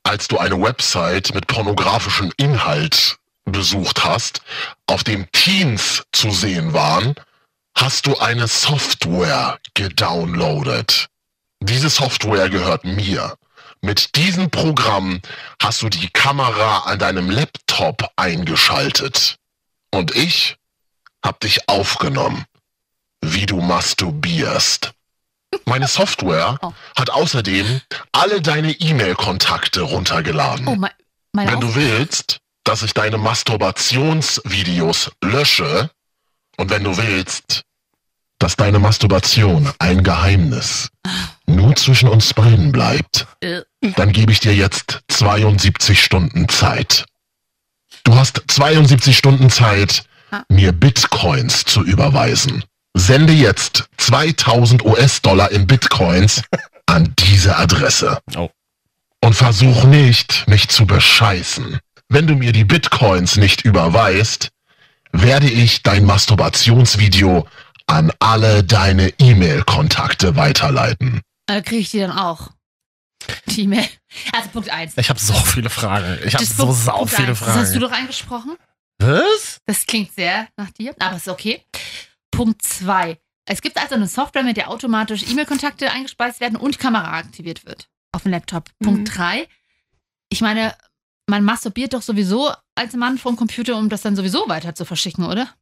als du eine Website mit pornografischem Inhalt besucht hast, auf dem Teens zu sehen waren, hast du eine Software gedownloadet. Diese Software gehört mir. Mit diesem Programm hast du die Kamera an deinem Laptop eingeschaltet. Und ich hab dich aufgenommen, wie du masturbierst. Meine Software hat außerdem alle deine E-Mail-Kontakte runtergeladen. Oh, mein, meine Wenn du willst, dass ich deine Masturbationsvideos lösche und wenn du willst, dass deine Masturbation ein Geheimnis nur zwischen uns beiden bleibt, Äh, dann gebe ich dir jetzt 72 Stunden Zeit. Du hast 72 Stunden Zeit, mir Bitcoins zu überweisen. Sende jetzt 2000 US-Dollar in Bitcoins an diese Adresse. Und versuch nicht, mich zu bescheißen. Wenn du mir die Bitcoins nicht überweist, werde ich dein Masturbationsvideo an alle deine E-Mail-Kontakte weiterleiten. äh, kriege ich die dann auch? Die E-Mail. <laughs> Also Punkt 1. Ich habe so viele Fragen. Ich habe so sau viele Das hast du Fragen. doch eingesprochen. Was? Das klingt sehr nach dir, aber ist okay. Punkt 2. Es gibt also eine Software, mit der automatisch E-Mail-Kontakte eingespeist werden und Kamera aktiviert wird auf dem Laptop. Mhm. Punkt 3. Ich meine, man masturbiert doch sowieso als Mann vom Computer, um das dann sowieso weiter zu <laughs> verschicken, oder?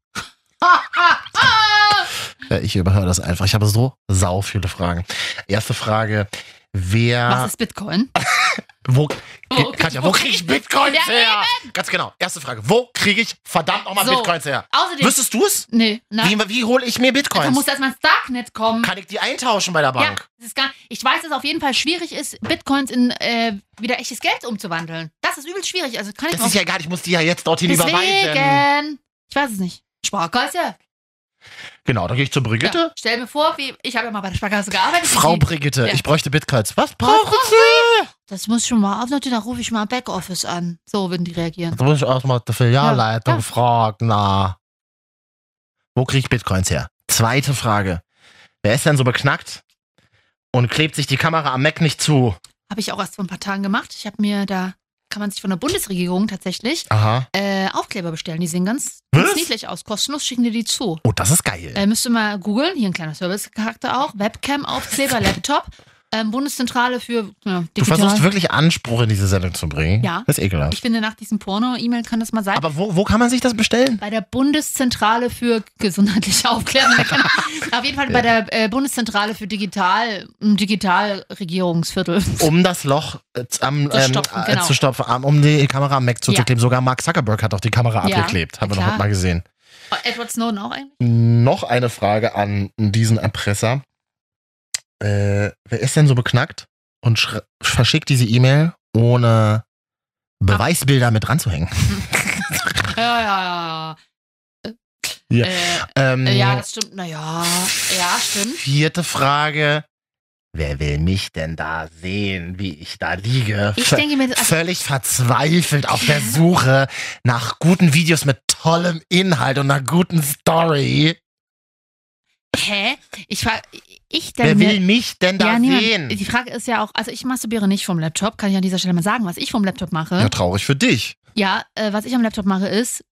Ja, ich überhöre das einfach. Ich habe so sau viele Fragen. Erste Frage. Wer. Was ist Bitcoin? Wo, Wo- Katja, wo wo kriege ich Bitcoins Ja, her? Ganz genau. Erste Frage. Wo kriege ich verdammt nochmal So. Bitcoins her? Außerdem- Wüsstest du es? Nee, nein. Wie, wie hole ich mir Da Bitcoins? muss erstmal ins Darknet kommen. Kann ich die eintauschen bei der Bank? Ja, das ist gar, ich weiß, dass es auf jeden Fall schwierig ist, Bitcoins in äh, wieder echtes Geld umzuwandeln. Das ist übelst schwierig. Also kann ich Das ist ja gar nicht, ich muss die ja jetzt dorthin überweisen. Deswegen. Ich weiß es nicht. Sparkasse. Genau, dann gehe ich zur Brigitte. Ja, stell mir vor, wie, ich habe ja mal bei der Sparkasse gearbeitet. Frau Die- Brigitte, Ja. ich bräuchte Bitcoins. Was Was brauchen brauchen Sie? Sie? Das muss ich schon mal aufnotieren, da rufe ich mal Backoffice an. So würden die reagieren. Da muss ich erstmal die Filialleitung fragen. Na, wo kriege ich Bitcoins her? Zweite Frage. Wer ist denn so beknackt und klebt sich die Kamera am Mac nicht zu? Habe ich auch erst vor ein paar Tagen gemacht. Ich habe mir da, kann man sich von der Bundesregierung tatsächlich Aha. äh, Aufkleber bestellen. Die sehen ganz, ganz Was? niedlich aus. Kostenlos schicken die die zu. Oh, das ist geil. Äh, müsst ihr mal googeln. Hier ein kleiner Servicecharakter auch. Webcam, Aufkleber, Laptop. ähm, Bundeszentrale für ja, Du versuchst wirklich Anspruch in diese Sendung zu bringen. Ja. Das ist ekelhaft. Ich finde, nach diesem Porno-E-Mail kann das mal sein. Aber wo, wo kann man sich das bestellen? Bei der Bundeszentrale für gesundheitliche Aufklärung. Da kann- <laughs> auf jeden Fall bei der äh, Bundeszentrale für Digital, im Digitalregierungsviertel. <laughs> um das Loch äh, z- am, Zu ähm, stopfen, äh, genau. zu stopfen, am- um die Kamera am Mac zuzukleben. Sogar Mark Zuckerberg hat auch die Kamera Ja, abgeklebt. Haben wir klar. noch mal gesehen. Oh, Edward Snowden auch eigentlich? Noch eine Frage an diesen Erpresser. Äh, wer ist denn so beknackt und schre- verschickt diese E-Mail ohne Beweisbilder mit ranzuhängen? Ja, ja, ja. Ja. Ähm, Äh, ja, das stimmt. Naja, ja, stimmt. Vierte Frage. Wer will mich denn da sehen, wie ich da liege? Ich Vö- denke mir, also- völlig verzweifelt auf der Suche nach guten Videos mit tollem Inhalt und einer guten Story. Hä? Ich frage, ich Wer denke will mir- mich denn da ne- ja, niemand- sehen? Die Frage ist ja auch, also ich masturbiere nicht vom Laptop, kann ich an dieser Stelle mal sagen, was ich vom Laptop mache. Ja, traurig für dich. Ja, äh, was ich am Laptop mache, ist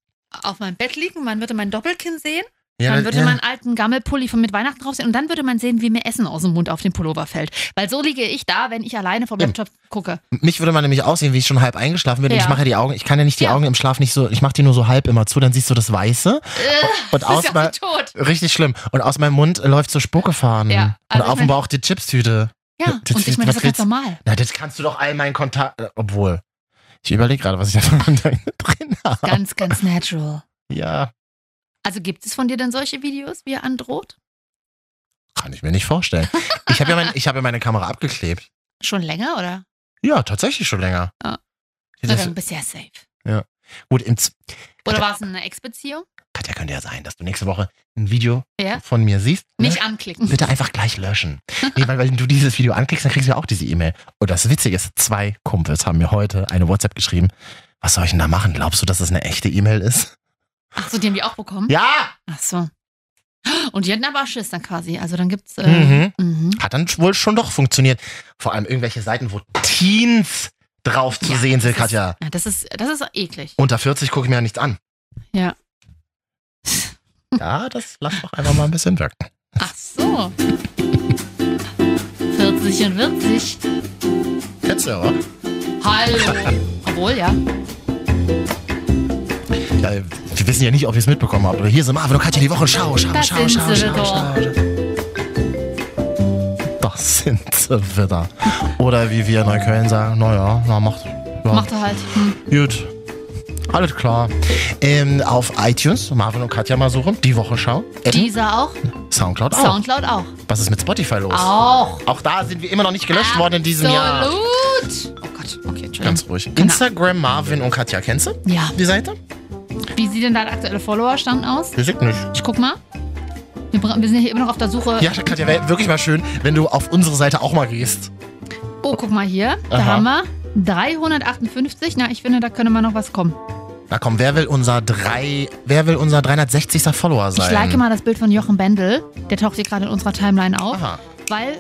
auf meinem Bett liegen, man würde mein Doppelkinn sehen, Ja, man das- würde ja. meinen alten Gammelpulli von mit Weihnachten drauf sehen und dann würde man sehen, wie mir Essen aus dem Mund auf den Pullover fällt. Weil so liege ich da, wenn ich alleine vom Laptop gucke. Mich würde man nämlich aussehen, wie ich schon halb eingeschlafen bin. Und Ja. ich mache ja die Augen, ich kann ja nicht die Augen im Schlaf nicht so, ich mache die nur so halb immer zu, dann siehst du das Weiße. und das ist Äh, aus ja mein- wie tot. Richtig schlimm. Und aus meinem Mund läuft so Spucke fahren. Ja, also und auf ich dem mein- Bauch die Chipstüte. Ja, und ich meine, das ist ganz willst- normal. Na, das kannst du doch all meinen Kontakt. äh, Obwohl. Ich überlege gerade, was ich da für <laughs> Kontakt drin habe. Ganz, ganz natural. Ja, Also gibt es von dir denn solche Videos, wie er androht? kann ich mir nicht <laughs> vorstellen. Ich habe ja, mein, ich hab ja meine Kamera abgeklebt. Schon länger, oder? Ja, tatsächlich schon länger. Ah. Ja, Na, das- dann bist du ja safe. ja. Gut, im Z Oder war es eine Ex-Beziehung? Katja, könnte ja sein, dass du nächste Woche ein Video Ja. von mir siehst. ne? Nicht anklicken. Bitte einfach gleich löschen. Nee, weil wenn du dieses Video anklickst, dann kriegst du ja auch diese E-Mail. Und das Witzige ist, zwei Kumpels haben mir heute eine WhatsApp geschrieben. Was soll ich denn da machen? Glaubst du, dass es das eine echte E-Mail ist? Ach so, die haben die auch bekommen? Ja! Ach so. Und die hatten aber Schiss dann quasi. Also dann gibt's. Äh, Mhm. mhm. Hat dann wohl schon doch funktioniert. Vor allem irgendwelche Seiten, wo Teens drauf zu sehen sind, Katja. Ja, das ist, das ist eklig. Unter 40 gucke ich mir ja nichts an. Ja. Ja, das lass doch einfach mal ein bisschen wirken. Ach so. 40 und 40. Kennst du ja, oder? <laughs> Hallo. Obwohl, ja. Ja, wir wissen ja nicht, ob ihr es mitbekommen habt. Aber hier sind Marvin und Katja die Woche. Schau, schau, Das schau, sind schau, sie schau, doch. schau. Das sind sie wieder. Oder wie wir in Neukölln sagen, naja, na macht. Ja. Macht er halt. Hm. Gut. Alles klar. Ähm, auf iTunes, Marvin und Katja mal suchen. Die Wochenschau. Apple, Dieser auch. Soundcloud Hm. auch. Soundcloud auch. Was ist mit Spotify los? Auch. Auch da sind wir immer noch nicht gelöscht worden in diesem Jahr. Absolut. Oh Gott. Okay, Entschuldigung. Genau. Ganz ruhig. Instagram Marvin und Katja, kennst du? Ja. Die Seite? Wie sieht denn dein aktueller Followerstand aus? Wir sind nicht. Ich guck mal. Wir, bra- wir sind hier immer noch auf der Suche. Ja, Katja, wäre wirklich mal schön, wenn du auf unsere Seite auch mal gehst. Oh, guck mal hier. Da Aha. haben wir 358. Na, ich finde, da könnte mal noch was kommen. Na komm, wer will unser drei, wer will unser 360. Follower sein? Ich like mal das Bild von Jochen Bendel. Der taucht hier gerade in unserer Timeline auf. Aha. Weil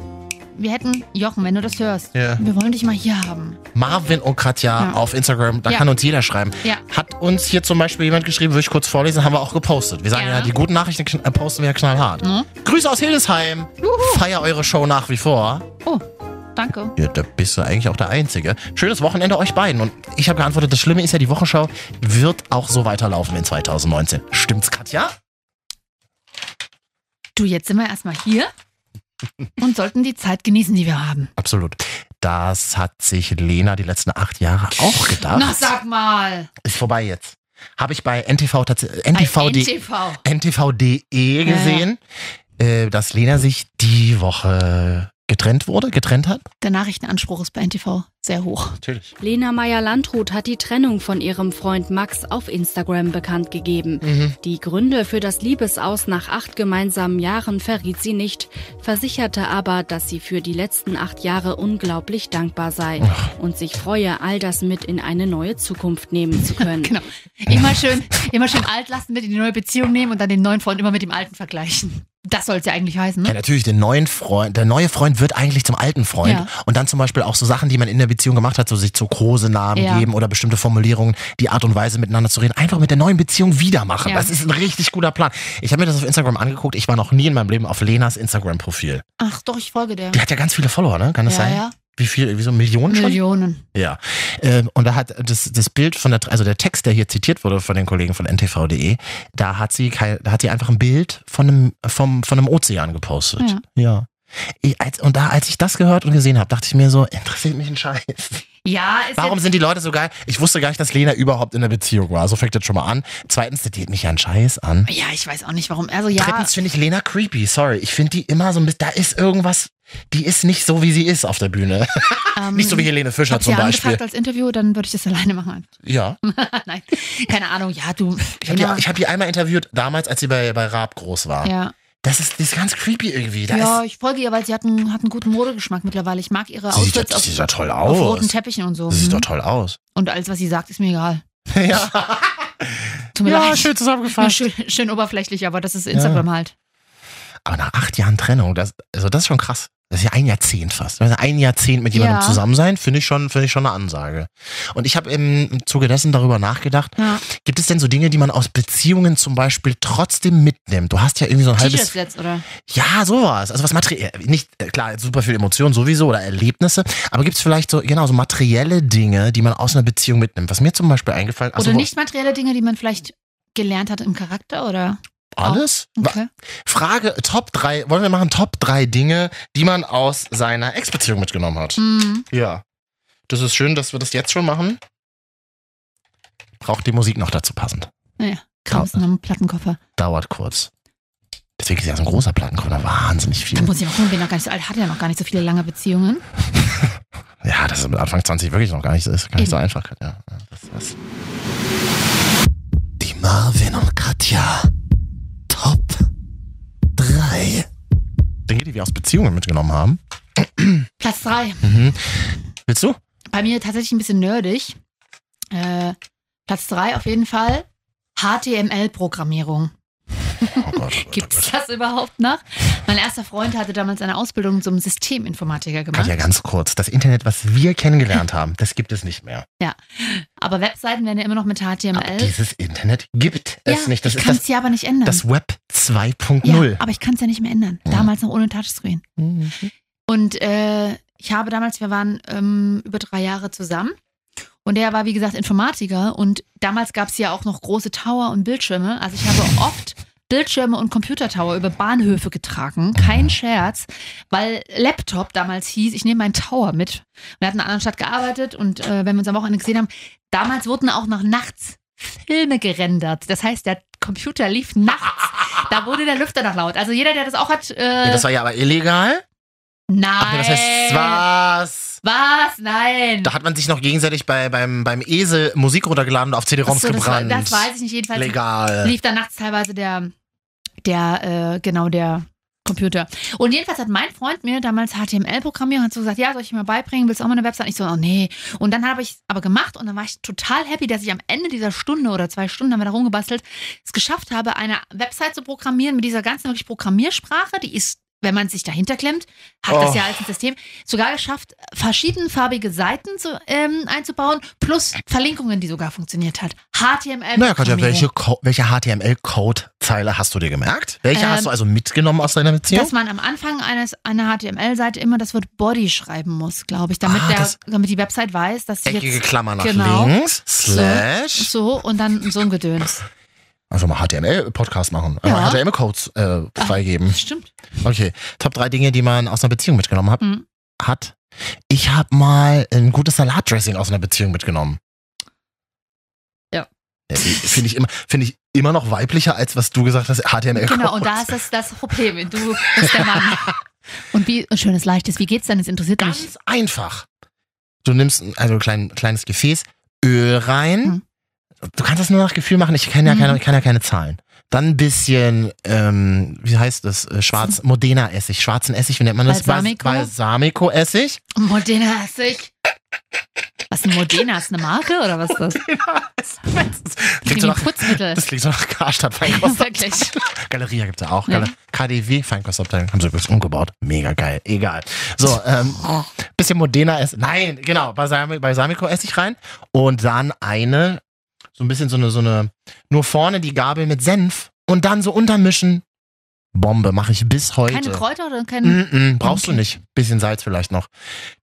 wir hätten, Jochen, wenn du das hörst, Ja. wir wollen dich mal hier haben. Marvin und Katja Ja. auf Instagram, da Ja. kann uns jeder schreiben. Ja. Hat uns hier zum Beispiel jemand geschrieben, würde ich kurz vorlesen, haben wir auch gepostet. Wir sagen ja, Ja. Mhm. die guten Nachrichten kn- äh, posten wir ja knallhart. Grüße aus Hildesheim. Feier eure Show nach wie vor. Oh, danke. Ja, da bist du eigentlich auch der Einzige. Schönes Wochenende euch beiden. Und ich habe geantwortet, das Schlimme ist ja, die Wochenschau wird auch so weiterlaufen in 2019. Stimmt's, Katja? Du, jetzt sind wir erstmal <laughs> hier und sollten die Zeit genießen, die wir haben. Absolut. Das hat sich Lena die letzten acht Jahre auch gedacht. Na, sag mal. Ist vorbei jetzt. Habe ich bei NTV tatsächlich NTV.de NTV. NTV.de Ja, ja. E gesehen, äh, dass Lena sich die Woche getrennt wurde, getrennt hat. Der Nachrichtenanspruch ist bei NTV sehr hoch. Natürlich. Lena Meyer-Landrut hat die Trennung von ihrem Freund Max auf Instagram bekannt gegeben. Mhm. Die Gründe für das Liebesaus nach acht gemeinsamen Jahren verriet sie nicht, versicherte aber, dass sie für die letzten acht Jahre unglaublich dankbar sei und sich freue, all das mit in eine neue Zukunft nehmen zu können. genau. Immer schön, immer schön alt lassen, mit in die neue Beziehung nehmen und dann den neuen Freund immer mit dem alten vergleichen. Das soll es ja eigentlich heißen, Ja, ne? natürlich, den neuen Freund, der neue Freund wird eigentlich zum alten Freund. Ja. Und dann zum Beispiel auch so Sachen, die man in der Beziehung gemacht hat, so sich so Kosenamen Ja. geben oder bestimmte Formulierungen, die Art und Weise miteinander zu reden, einfach mit der neuen Beziehung wieder machen. Ja. Das ist ein richtig guter Plan. Ich habe mir das auf Instagram angeguckt. Ich war noch nie in meinem Leben auf Lenas Instagram-Profil. Ach doch, ich folge der. Die hat ja ganz viele Follower, ne? Kann das Mhm. Ja, sein? ja. Wie viel? Wieso Millionen schon? Millionen. Ja. Ähm, und da hat das, das Bild von der, also der Text, der hier zitiert wurde von den Kollegen von ntv.de, E, da hat sie, kein- da hat sie einfach ein Bild von einem, vom, von einem Ozean gepostet. Ja. Ich, als, und da, als ich das gehört und gesehen habe, dachte ich mir so, interessiert mich ein Scheiß. Ja, ist Warum jetzt- sind die Leute so geil? Ich wusste gar nicht, dass Lena überhaupt in einer Beziehung war. So fängt das schon mal an. Zweitens, das geht mich ja ein Scheiß an. Ja, ich weiß auch nicht warum. Also ja. Drittens finde ich Lena creepy, sorry. Ich finde die immer so ein bisschen, da ist irgendwas, die ist nicht so, wie sie ist auf der Bühne. <laughs> ähm, nicht so wie Helene Fischer hab sie zum Beispiel. angefragt als Interview, dann würde ich das alleine machen. Ja. Nein, keine Ahnung. Ja, du. genau. Ich habe die, ich hab die einmal interviewt, damals, als sie bei, bei Raab groß war. ja. Das, ist, das ist ganz creepy irgendwie. Da ja, ist, ich folge ihr, weil sie hat einen, hat einen guten Modegeschmack mittlerweile. Ich mag ihre Sie sieht Outfits ja- auf, sie sieht ja toll auf aus. roten Teppichen und so. das sieht Mhm. doch toll aus. Und alles, was sie sagt, ist mir egal. <laughs> ja. Tut mir Ja, leid. schön zusammengefasst. Schön, schön oberflächlich, aber das ist Instagram halt. Aber nach acht Jahren Trennung, das, also das ist schon krass. Das ist ja ein Jahrzehnt fast. Also ein Jahrzehnt mit jemandem Ja. zusammen sein, finde ich, schon, finde ich schon eine Ansage. Und ich habe im, im Zuge dessen darüber nachgedacht, gibt es denn so Dinge, die man aus Beziehungen zum Beispiel trotzdem mitnimmt? Du hast ja irgendwie so ein halbes... T-Shirts jetzt, oder? Ja, sowas. Also was materiell, nicht äh, klar, super viel Emotionen sowieso oder Erlebnisse, aber gibt es vielleicht so, genau, so materielle Dinge, die man aus einer Beziehung mitnimmt? Was mir zum Beispiel eingefallen also oder wo- nicht materielle Dinge, die man vielleicht gelernt hat im Charakter, oder? Alles? Wa- Frage, Top 3, wollen wir machen Top 3 Dinge, die man aus seiner Ex-Beziehung mitgenommen hat? Mhm. Ja. Das ist schön, dass wir das jetzt schon machen. Braucht die Musik noch dazu passend. Naja, Krams in einem Plattenkoffer. Dauert kurz. Deswegen ist ja so ein großer Plattenkunde wahnsinnig Da viel. muss ich mal gucken, bin noch gar nicht so alt, hatte ja noch gar nicht so viele lange Beziehungen. Ja, das ist mit Anfang 20 wirklich noch gar nicht, ist gar nicht so einfach. Ja. Die Marvin und Katja. Top 3. Dinge, die wir aus Beziehungen mitgenommen haben. Platz 3. Mhm. Willst du? Bei mir tatsächlich ein bisschen nerdig. Äh, Platz 3 auf jeden Fall. HTML-Programmierung. <laughs> Gibt es das überhaupt noch? Mein erster Freund hatte damals eine Ausbildung zum Systeminformatiker gemacht. Katja, ganz kurz. Das Internet, was wir kennengelernt haben, das gibt es nicht mehr. Ja. Aber Webseiten werden ja immer noch mit HTML. Dieses Internet gibt es ja, nicht. Das ich ist kann das, es ja aber nicht ändern. das Web 2.0. ja, aber ich kann es ja nicht mehr ändern. Damals noch ohne Touchscreen. Und äh, ich habe damals, wir waren ähm, über drei Jahre zusammen. Und er war, wie gesagt, Informatiker. Und damals gab es ja auch noch große Tower und Bildschirme. Also ich habe oft Bildschirme und Computertower über Bahnhöfe getragen. Kein Scherz, weil Laptop damals hieß, ich nehme meinen Tower mit. Wir hatten in einer anderen Stadt gearbeitet und äh, wenn wir uns am Wochenende gesehen haben, damals wurden auch noch nachts Filme gerendert. Das heißt, der Computer lief nachts. Da wurde der Lüfter noch laut. Also jeder, der das auch hat, äh, Ja, das war ja aber illegal. Äh. nein. Ach nee, das heißt, was? Was? Nein. Da hat man sich noch gegenseitig bei, beim, beim Esel Musik runtergeladen und auf CD-ROMs Ach so, das, war- gebrannt. das weiß ich nicht. Jedenfalls Legal. lief dann nachts teilweise der, der äh, genau der Computer. Und jedenfalls hat mein Freund mir damals HTML programmiert und hat so gesagt, ja, soll ich dir mal beibringen, willst du auch mal eine Website? Ich so, oh nee. Und dann habe ich es aber gemacht und dann war ich total happy, dass ich am Ende dieser Stunde oder zwei Stunden haben wir da rumgebastelt, es geschafft habe, eine Website zu programmieren mit dieser ganzen wirklich Programmiersprache, die ist wenn man sich dahinter klemmt, hat das Oh. ja als ein System sogar geschafft, verschiedenfarbige Seiten zu, ähm, einzubauen, plus Verlinkungen, die sogar funktioniert hat. HTML. Naja, Katja, Programmierung. welche, Co- welche HTML-Code-Zeile hast du dir gemerkt? Welche Ähm, hast du also mitgenommen aus deiner Beziehung? Dass man am Anfang eines, einer HTML-Seite immer das Wort Body schreiben muss, glaube ich, damit, Ah, der, das- damit die Website weiß, dass sie Eckige jetzt... Klammer nach genau, links, slash. So, so und dann so ein Gedöns. Einfach Also mal HTML-Podcast machen. Einfach Ja. Ah. HTML-Codes äh, freigeben. stimmt. Okay. Top drei Dinge, die man aus einer Beziehung mitgenommen hat. Mhm. hat. Ich habe mal ein gutes Salatdressing aus einer Beziehung mitgenommen. Ja. Äh, Finde ich, immer- finde ich immer noch weiblicher, als was du gesagt hast, HTML. Genau, und da ist das, das Problem. Du bist <laughs> der Mann. Und wie ein schönes, leichtes, wie geht's denn? Das interessiert mich. Ganz einfach. Du nimmst ein- also ein klein, kleines Gefäß, Öl rein. Du kannst das nur nach Gefühl machen, ich kenne ja, keine, ich kann ja keine Zahlen. Dann ein bisschen, ähm, wie heißt das, äh, schwarz, Modena-Essig, schwarzen Essig, wie nennt man das? Bal- Balsamico? Balsamico-Essig. Modena Essig. Was ist ein Modena? Ist eine Marke oder was ist das? Klingt so Wie nach, Putzmittel. <laughs> das klingt so nach Karstadt Feinkostabteilung. Galeria gibt es ja auch. Galer- Ja. KDW Feinkostabteilung. Haben sie übrigens umgebaut. Mega geil. Egal. So, ähm, bisschen Modena essen. Nein, genau. Balsam- Balsamico esse ich rein. Und dann eine, so ein bisschen so eine, so eine, nur vorne die Gabel mit Senf und dann so untermischen. Bombe mache ich bis heute. Keine Kräuter oder keine. Mm -mm, brauchst du nicht. Bisschen Salz vielleicht noch.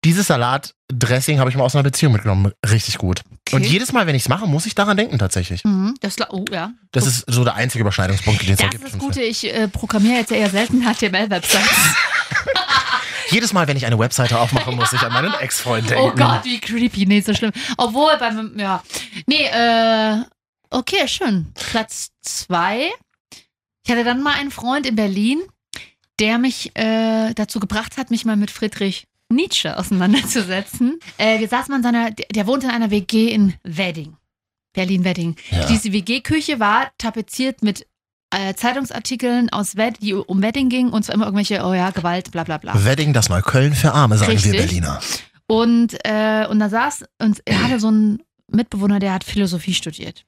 Dieses Salatdressing habe ich mal aus einer Beziehung mitgenommen. Richtig gut. Und jedes Mal, wenn ich es mache, muss ich daran denken tatsächlich. Mhm, das, la- oh, ja. Das ist so der einzige Überschneidungspunkt, den es da Das gibt. ist das Gute, ich äh, programmiere jetzt ja eher selten HTML-Websites. Jedes Mal, wenn ich eine Webseite aufmache, muss ich an <laughs> meinen Ex-Freund denken. oh Gott, wie creepy. Nee, so schlimm. Obwohl, beim, ja. Nee, äh, okay, schön. Platz zwei. Ich hatte dann mal einen Freund in Berlin, der mich äh, dazu gebracht hat, mich mal mit Friedrich Nietzsche auseinanderzusetzen. Äh, wir saßen mal in seiner, der- der wohnte in einer WG in Wedding. Berlin-Wedding. Ja. Diese WG-Küche war tapeziert mit äh, Zeitungsartikeln aus Wed die um Wedding gingen und zwar immer irgendwelche, oh ja, Gewalt, bla bla bla. Wedding, das Neukölln für Arme, sagen wir Richtig. Berliner. Und, äh, und da saß, und er hatte so einen Mitbewohner, der hat Philosophie studiert.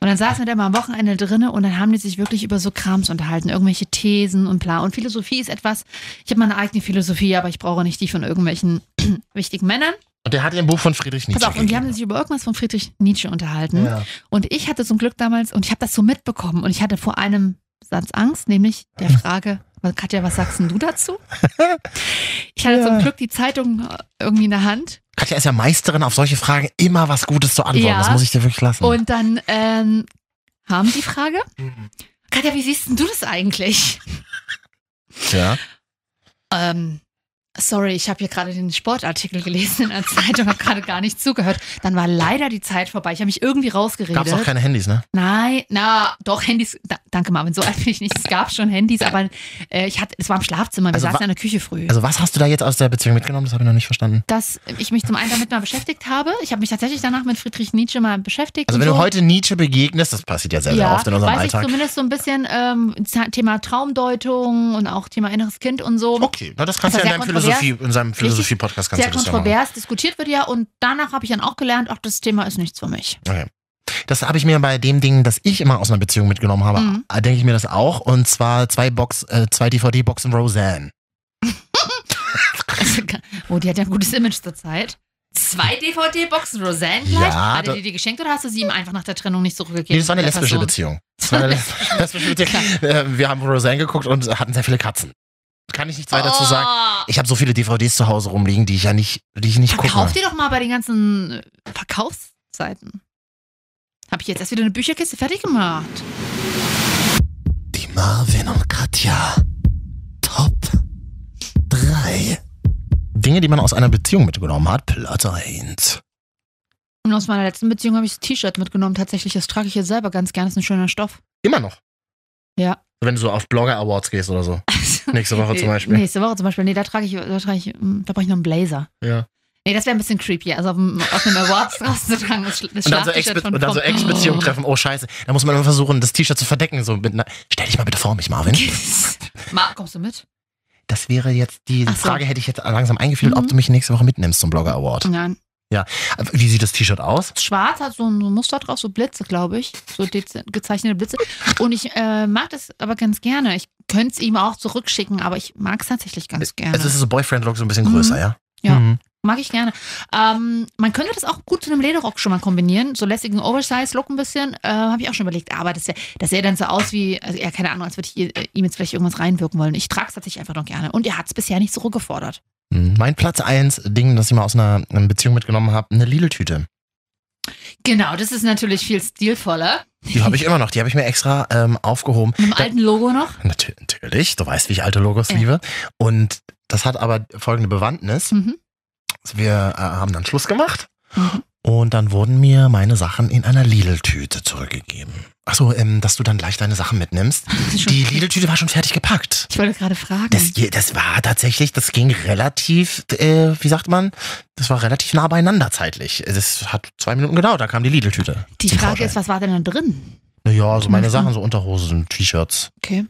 Und dann saßen wir da mal am Wochenende drinne und dann haben die sich wirklich über so Krams unterhalten, irgendwelche Thesen und bla. Und Philosophie ist etwas, ich habe meine eigene Philosophie, aber ich brauche nicht die von irgendwelchen <clears throat> wichtigen Männern. Und der hat ihr ein Buch von Friedrich Nietzsche Pass auf, und die Hm? gegeben. haben sich über irgendwas von Friedrich Nietzsche unterhalten. Ja. Und ich hatte zum Glück damals, und ich habe das so mitbekommen, und ich hatte vor einem Satz Angst, nämlich der Frage, Katja, was sagst denn du dazu? Ich hatte zum Glück die Zeitung äh, irgendwie in der Hand Katja ist ja Meisterin auf solche Fragen immer was Gutes zu antworten. Ja. Das muss ich dir wirklich lassen. Und dann ähm, haben die Frage. Hm. Katja, wie siehst denn du das eigentlich? ja. Ähm, sorry, ich habe hier gerade den Sportartikel gelesen in der Zeitung, habe gerade gar nicht zugehört. Dann war leider die Zeit vorbei. Ich habe mich irgendwie rausgeredet. Gab es auch keine Handys, ne? Nein, na, doch, Handys. Da, danke, Marvin, so alt bin ich nicht. Es gab schon Handys, aber äh, ich hatte, es war im Schlafzimmer. Wir Also saßen wa- in der Küche früh. Also was hast du da jetzt aus der Beziehung mitgenommen? Das habe ich noch nicht verstanden. dass ich mich zum einen damit mal beschäftigt habe. Ich habe mich tatsächlich danach mit Friedrich Nietzsche mal beschäftigt. Also und wenn du so. heute Nietzsche begegnest, das passiert ja sehr, sehr oft in unserem weiß Alltag. ich zumindest so ein bisschen ähm, Z- Thema Traumdeutung und auch Thema inneres Kind und so. Also Okay, na, das Oh, kannst du ja in deinem Philosophie- in seinem Philosophie-Podcast kannst Sehr du das ja machen. kontrovers diskutiert wird ja und danach habe ich dann auch gelernt, ach, das Thema ist nichts für mich. <laughs> Okay. Das habe ich mir bei dem Ding, das ich immer aus einer Beziehung mitgenommen habe, Mhm. äh, denke ich mir das auch. Und zwar zwei Box, äh, zwei DVD-Boxen Roseanne. Oh, die hat ja ein gutes Image zur Zeit. Zwei DVD-Boxen, Roseanne gleich. Ja, hat da- er dir die geschenkt oder hast du sie ihm einfach nach der Trennung nicht zurückgegeben? Nee, das war eine Der lesbische Person? <laughs> Beziehung. Das war eine les- <laughs> lesbische Beziehung. Äh, wir haben Roseanne geguckt und hatten sehr viele Katzen. Kann ich nichts weiter zu sagen. Oh. Ich habe so viele DVDs zu Hause rumliegen, die ich ja nicht, die ich nicht gucke. Kauf dir doch mal bei den ganzen äh, Verkaufsseiten. Habe ich jetzt erst wieder eine Bücherkiste fertig gemacht. Die Marvin und Katja. Top 3. Dinge, die man aus einer Beziehung mitgenommen hat. Platz 1. Und aus meiner letzten Beziehung habe ich das T-Shirt mitgenommen. Tatsächlich, das trage ich jetzt selber ganz gerne. Ist ein schöner Stoff. Immer noch. Ja. Wenn du so auf Blogger Awards gehst oder so. Nächste Woche zum Beispiel. Nächste Woche zum Beispiel. Nee, da trage ich, da trage ich, mm, da brauche ich noch einen Blazer. Ja. Nee, das wäre ein bisschen creepy. Also auf, dem, auf einem Awards <laughs> rauszutragen, das, Schla- das Und dann so Schlaf-T-Shirt Ex- von- und dann so vom- Ex-Beziehung treffen. Oh, scheiße. Da muss man immer versuchen, das T-Shirt zu verdecken. So mit einer Stell dich mal bitte vor mich, Marvin. <laughs> Ma, kommst du mit? Das wäre jetzt, die Ach so. Mhm. Frage hätte ich jetzt langsam eingeführt, ob du mich nächste Woche mitnimmst zum Blogger Award. Nein. Ja. Wie sieht das T-Shirt aus? Schwarz hat so ein Muster drauf, so Blitze, glaube ich. So dez- gezeichnete Blitze. Und ich äh, mag das aber ganz gerne. Ich könnte es ihm auch zurückschicken, aber ich mag es tatsächlich ganz gerne. Also es ist so Boyfriend-Look, so ein bisschen Mhm. größer, ja? Ja. Mhm. Mag ich gerne. Ähm, man könnte das auch gut zu einem Lederrock schon mal kombinieren. So lässigen Oversize-Look ein bisschen. Äh, Habe ich auch schon überlegt. Aber das, wär- das sähe dann so aus wie, also ja, keine Ahnung, als würde ich ihr- äh, ihm jetzt vielleicht irgendwas reinwirken wollen. Ich trage es tatsächlich einfach noch gerne. Und er hat es bisher nicht zurückgefordert. Mhm. Mein Platz 1 Ding, das ich mal aus einer einer Beziehung mitgenommen habe, eine Lidl-Tüte. Genau, das ist natürlich viel stilvoller. Die <laughs> habe ich immer noch, die habe ich mir extra ähm, aufgehoben. Mit dem alten Logo noch. Natür- Natürlich, du weißt, wie ich alte Logos Ja. liebe. Und das hat aber folgende Bewandtnis. Mhm. Wir äh, haben dann Schluss gemacht und dann wurden mir meine Sachen in einer Lidl-Tüte zurückgegeben. Achso, ähm, dass du dann gleich deine Sachen mitnimmst. Die Lidl-Tüte war schon fertig gepackt. Ich wollte gerade fragen. Das, ge- das war tatsächlich, das ging relativ, äh, wie sagt man, das war relativ nah beieinander zeitlich. Das hat zwei Minuten gedauert, da kam die Lidl-Tüte. Die Frage ist, was war denn da drin? Naja, so meine Mhm. Sachen, so Unterhosen, T-Shirts. Okay.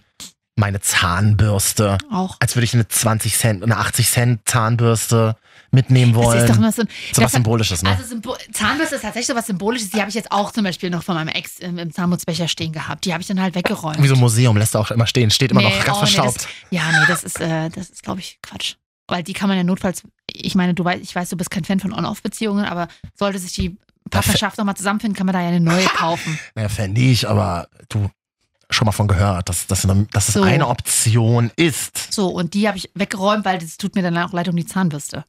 meine Zahnbürste. Auch. Als würde ich eine 20 Cent, eine 80 Cent Zahnbürste mitnehmen wollen. Das ist doch immer so, so was das- Symbolisches, ne? Also Symbol Zahnbürste ist tatsächlich so was Symbolisches. Die habe ich jetzt auch zum Beispiel noch von meinem Ex im, im Zahnputzbecher stehen gehabt. Die habe ich dann halt weggeräumt. Wie so ein Museum lässt du auch immer stehen, steht immer Nee, noch ganz oh, nee, verstaubt. das, ja, nee, das ist, äh, das ist glaube ich, Quatsch. Weil die kann man ja notfalls, ich meine, du weißt, ich weiß, du bist kein Fan von On-Off-Beziehungen, aber sollte sich die Partnerschaft nochmal zusammenfinden, kann man da ja eine neue kaufen. Naja, fände ich, aber du schon mal von gehört, dass, dass, dass es So. eine Option ist. So, und die habe ich weggeräumt, weil das tut mir dann auch leid um die Zahnbürste.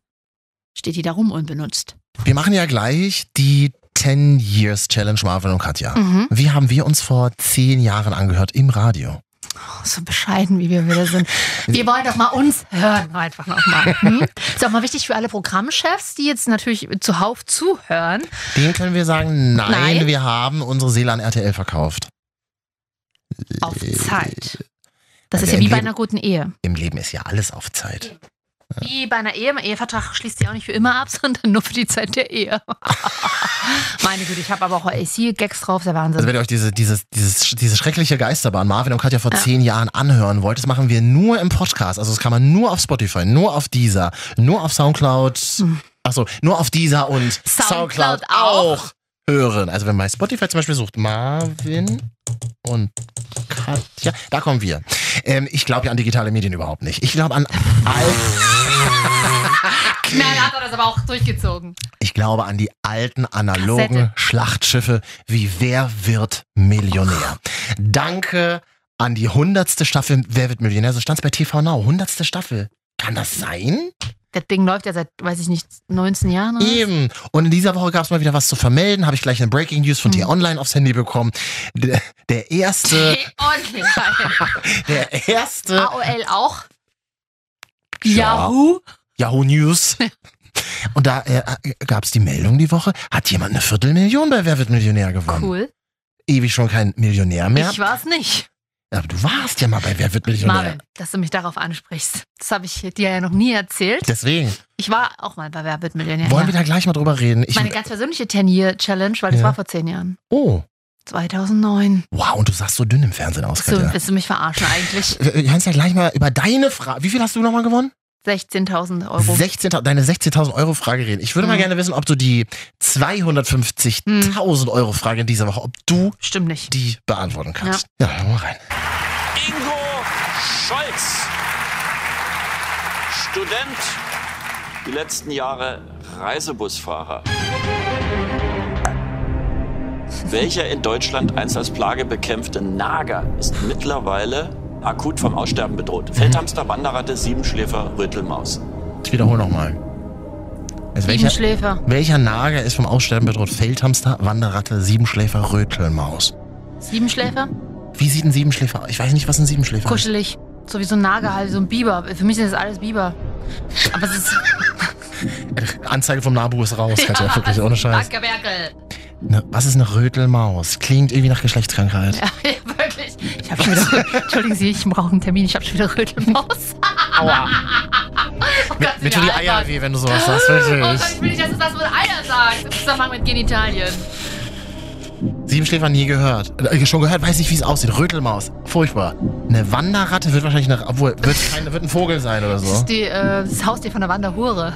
Steht die da rum unbenutzt. Wir machen ja gleich die 10 Years Challenge Marvin und Katja. Mhm. Wie haben wir uns vor zehn Jahren angehört im Radio? Oh, so bescheiden, wie wir wieder sind. Wir wollen doch mal uns hören, einfach nochmal. Hm? Ist auch mal wichtig für alle Programmchefs, die jetzt natürlich zuhauf zuhören. Dem können wir sagen, nein, Nein. wir haben unsere Seele an RTL verkauft. Auf Zeit. Das ist Also ja wie im bei Leben- einer guten Ehe. Im Leben ist ja alles auf Zeit. Wie bei einer Ehe. Im Ehevertrag schließt sie auch nicht für immer ab, <laughs> sondern nur für die Zeit der Ehe. <laughs> Meine Güte, ich habe aber auch AC-Gags drauf, der Wahnsinn. Also wenn ihr euch diese, dieses, dieses, diese schreckliche Geisterbahn Marvin und Katja vor zehn Jahren anhören wollt, das machen wir nur im Podcast. Also das kann man nur auf Spotify, nur auf Deezer, nur auf Soundcloud, achso, nur auf Deezer und Mhm. Soundcloud, Soundcloud auch hören. Also wenn man bei Spotify zum Beispiel sucht, Marvin und Katja, da kommen wir. Ähm, ich glaube ja an digitale Medien überhaupt nicht. Ich glaube an Nein, hat er das aber auch durchgezogen. Ich glaube an die alten analogen Kassette. Schlachtschiffe wie Wer wird Millionär. Danke an die hundertste Staffel Wer wird Millionär. So stand es bei TV Now. Hundertste Staffel. Kann das sein? Das Ding läuft ja seit, weiß ich nicht, 19 Jahren. <laughs> Oder? was? Eben. Und in dieser Woche gab es mal wieder was zu vermelden. Habe ich gleich eine Breaking News von Hm. T-Online aufs Handy bekommen. Der, der <laughs> erste, Ordentlich. <laughs> der erste AOL auch. Yahoo. Yahoo <laughs> News. Und da äh, gab es die Meldung die Woche, hat jemand eine Viertelmillion bei Wer wird Millionär gewonnen. Cool. Ewig schon kein Millionär mehr. Ich war es nicht. Aber du warst ja mal bei Wer wird Millionär. Marvin, dass du mich darauf ansprichst. Das habe ich dir ja noch nie erzählt. Deswegen Ich war auch mal bei Wer wird Millionär. wollen ja. wir da gleich mal drüber reden. Ich, Meine ganz persönliche 10-Year-Challenge, weil das Ja. war vor 10 Jahren. oh, 2009. wow, und du sahst so dünn im Fernsehen aus, So, Katja. willst du mich verarschen eigentlich? Wir wir können ja gleich mal über deine Frage. Wie viel hast du nochmal gewonnen? 16.000 Euro. 16, deine 16.000 Euro Frage reden. Ich würde mal Mhm. gerne wissen, ob du die 250.000 Mhm. Euro Frage in dieser Woche, ob du Stimmt nicht. die beantworten kannst. Ja, hör mal rein. Ingo Scholz. Student, die letzten Jahre Reisebusfahrer. Welcher in Deutschland einst als Plage bekämpfte Nager ist mittlerweile akut vom Aussterben bedroht? Feldhamster, Wanderratte, Siebenschläfer, Rötelmaus. Ich wiederhole nochmal. Also welcher, Siebenschläfer. welcher Nager ist vom Aussterben bedroht? Feldhamster, Wanderratte, Siebenschläfer, Rötelmaus. Siebenschläfer? Wie sieht ein Siebenschläfer aus? Ich weiß nicht, was ein Siebenschläfer ist. Kuschelig. So wie so ein Nager, halt, so ein Biber. Für mich sind das alles Biber. Aber <laughs> es ist. Anzeige vom Nabu ist raus, Katja, Ja, wirklich, ohne Scheiß. Danke, Merkel. <laughs> Ne, was ist eine Rötelmaus? Klingt irgendwie nach Geschlechtskrankheit. Ja, ja, wirklich. Ich habe schon wieder. Entschuldigen Sie, ich brauche einen Termin. Ich habe schon wieder Rötelmaus. Aua. Oh Mir, Gott, mir sind tun die ja Eier albern. weh, wenn du sowas sagst, Oh Gott, wirklich. ich will nicht, dass du das mit Eier sagst. Im Zusammenhang mit Genitalien. Siebenschläfer nie gehört. Äh, schon gehört, weiß nicht, wie es aussieht. Rötelmaus, furchtbar. Eine Wanderratte wird wahrscheinlich eine, obwohl, wird, kein, wird ein Vogel sein oder Das so. ist die, äh, das Haustier von der Wanderhure.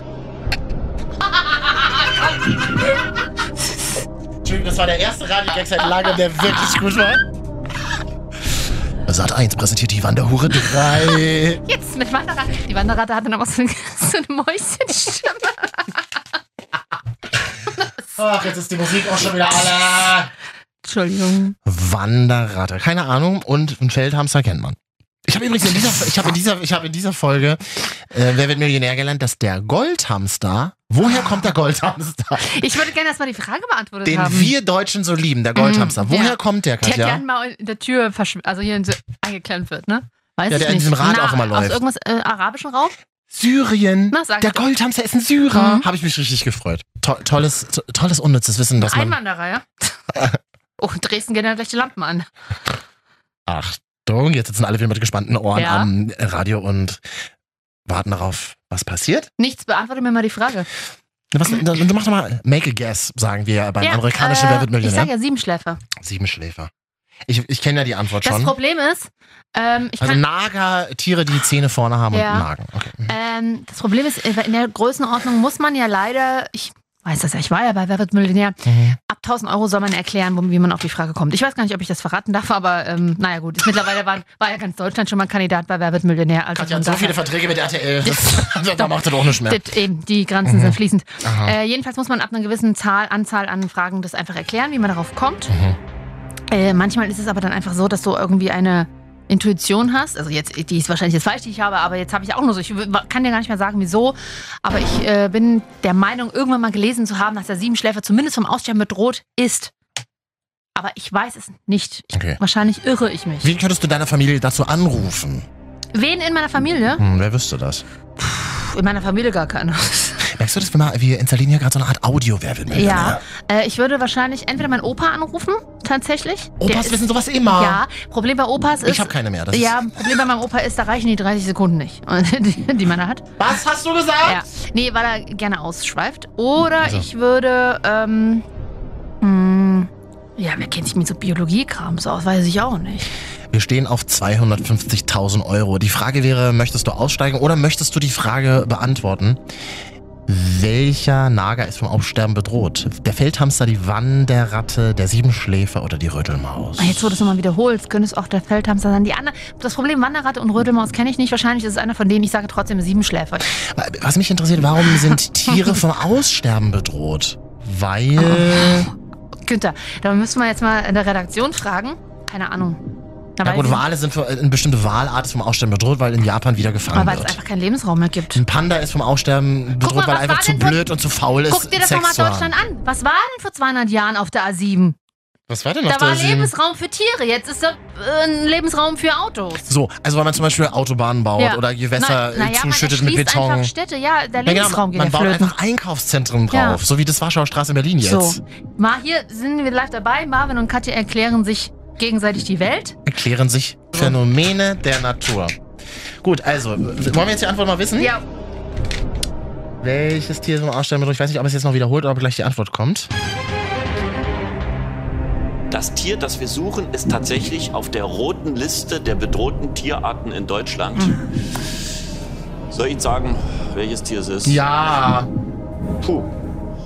Entschuldigung, das war der erste Radiogex seit langem, der wirklich gut war. Sat 1 präsentiert die Wanderhure 3. Jetzt mit Wanderratte. Die Wanderratte hatte noch was so so eine <laughs> Mäuschenstimme. Ach, jetzt ist die Musik auch schon wieder alle. Entschuldigung. Wanderratte. Keine Ahnung. Und ein Feldhamster kennt man. Ich habe übrigens in dieser, ich habe in dieser, ich habe in dieser Folge äh, Wer wird Millionär gelernt, dass der Goldhamster, woher kommt der <laughs> Goldhamster? Ich würde gerne erstmal die Frage beantwortet Den haben. wir Deutschen so lieben, der Goldhamster. Mhm, woher ja. kommt der, Der Katja? gerne mal in der Tür, verschw- also hier in so eingeklemmt wird, ne? Weiß Ja, ich der in nicht. diesem Rad auch immer Aus läuft. irgendwas äh, arabischen Raum? Syrien. Na, sag Der ich doch. Goldhamster ist ein Syrer. Mhm. Habe ich mich richtig gefreut. To tolles, to tolles unnützes Wissen, dass man. Einwanderer, ja? <laughs> oh, Dresden gehen ja gleich die Lampen an. Achtung, jetzt sitzen alle wieder mit gespannten Ohren Ja. am Radio und warten darauf, was passiert. Nichts, beantworte mir mal die Frage. Na, Was, na, du mach doch mal Make a Guess, sagen wir ja beim Ja, amerikanischen äh, Wer wird Ich sage Millionär. ja Siebenschläfer. Siebenschläfer. Ich, ich kenne ja die Antwort Das schon. Problem ist, ähm, ich also kann, Nager, Tiere, die Zähne vorne haben Ja. und nagen. Okay. ähm, das Problem ist, in der Größenordnung muss man ja leider, ich weiß das ja, ich war ja bei Wer wird Millionär, Mhm. ab 1000 Euro soll man erklären, wo- wie man auf die Frage kommt. Ich weiß gar nicht, ob ich das verraten darf, aber ähm, naja gut, ist mittlerweile war, war ja ganz Deutschland schon mal Kandidat bei Wer wird Millionär. Also Katja von hat so daher- viele Verträge mit <laughs> RTL. Das, <laughs> da macht er doch nichts mehr. Das, eben, die Grenzen Mhm. sind fließend. Aha. Äh, jedenfalls muss man ab einer gewissen Zahl, Anzahl an Fragen das einfach erklären, wie man darauf kommt. Mhm. Äh, manchmal ist es aber dann einfach so, dass du irgendwie eine Intuition hast. Also jetzt, die ist wahrscheinlich jetzt falsch, die ich habe, aber jetzt habe ich auch nur so. Ich w- kann dir gar nicht mehr sagen, wieso. Aber ich äh, bin der Meinung, irgendwann mal gelesen zu haben, dass der Siebenschläfer zumindest vom Aussterben bedroht ist. Aber ich weiß es nicht. Ich, Okay. Wahrscheinlich irre ich mich. Wen könntest du deiner Familie dazu anrufen? Wen in meiner Familie? Hm, wer wüsste das? In meiner Familie gar keiner. <laughs> Merkst du das, wir, mal, wir installieren hier gerade so eine Art Audio-Werbung? Ja, äh, ich würde wahrscheinlich entweder meinen Opa anrufen, tatsächlich. Opas ist- wissen sowas immer. Ja, Problem bei Opas ist. Ich hab keine mehr, das ja, Problem bei meinem Opa ist, da reichen die 30 Sekunden nicht, <laughs> die, die man da hat. Was hast du gesagt? Ja. Nee, weil er gerne ausschweift. Oder Also. ich würde. Ähm, mh, ja, wer kennt sich mit so Biologiekrams aus? Weiß ich auch nicht. Wir stehen auf 250.000 Euro. Die Frage wäre, möchtest du aussteigen oder möchtest du die Frage beantworten? Welcher Nager ist vom Aussterben bedroht? Der Feldhamster, die Wanderratte, der Siebenschläfer oder die Rötelmaus? Ah, Jetzt, wo du es nochmal wiederholst, könnte es auch der Feldhamster sein. Die anderen, das Problem Wanderratte und Rödelmaus kenne ich nicht. Wahrscheinlich ist es einer von denen. Ich sage trotzdem Siebenschläfer. Was mich interessiert, <laughs> warum sind Tiere vom Aussterben bedroht? Weil. Oh, Günther, da müssen wir jetzt mal in der Redaktion fragen. Keine Ahnung. Na, Ja weil gut, sie- Wale sind für eine bestimmte Walart ist vom Aussterben bedroht, weil in Japan wieder aber gefangen weil es wird. einfach keinen Lebensraum mehr gibt. Ein Panda ist vom Aussterben bedroht, weil mal, was er einfach war zu denn vor- blöd und zu faul ist. Guck dir das doch mal Sex zu haben. Deutschland an. Was war denn vor 200 Jahren auf der A7? Was war denn noch Da war der Sinn? Lebensraum für Tiere. Jetzt ist da äh, ein Lebensraum für Autos. So, also wenn man zum Beispiel Autobahnen baut Ja. oder Gewässer Na- na äh, ja, man zuschüttet mit erschließt Beton. einfach Städte, ja, Ja, der genau, Lebensraum man geht baut ja flöten. einfach Einkaufszentren Ja. drauf, so wie das Warschauer Straße in Berlin jetzt. So, mal hier sind wir live dabei. Marvin und Katja erklären sich gegenseitig die Welt. Erklären sich Phänomene der Natur. Gut, also, äh, wollen wir jetzt die Antwort mal wissen? Ja. Welches Tier ist im Aussterben bedroht? Ich weiß nicht, ob es jetzt noch wiederholt oder ob gleich die Antwort kommt. Das Tier, das wir suchen, ist tatsächlich auf der roten Liste der bedrohten Tierarten in Deutschland. Soll ich Ihnen sagen, welches Tier es ist? Ja. Puh.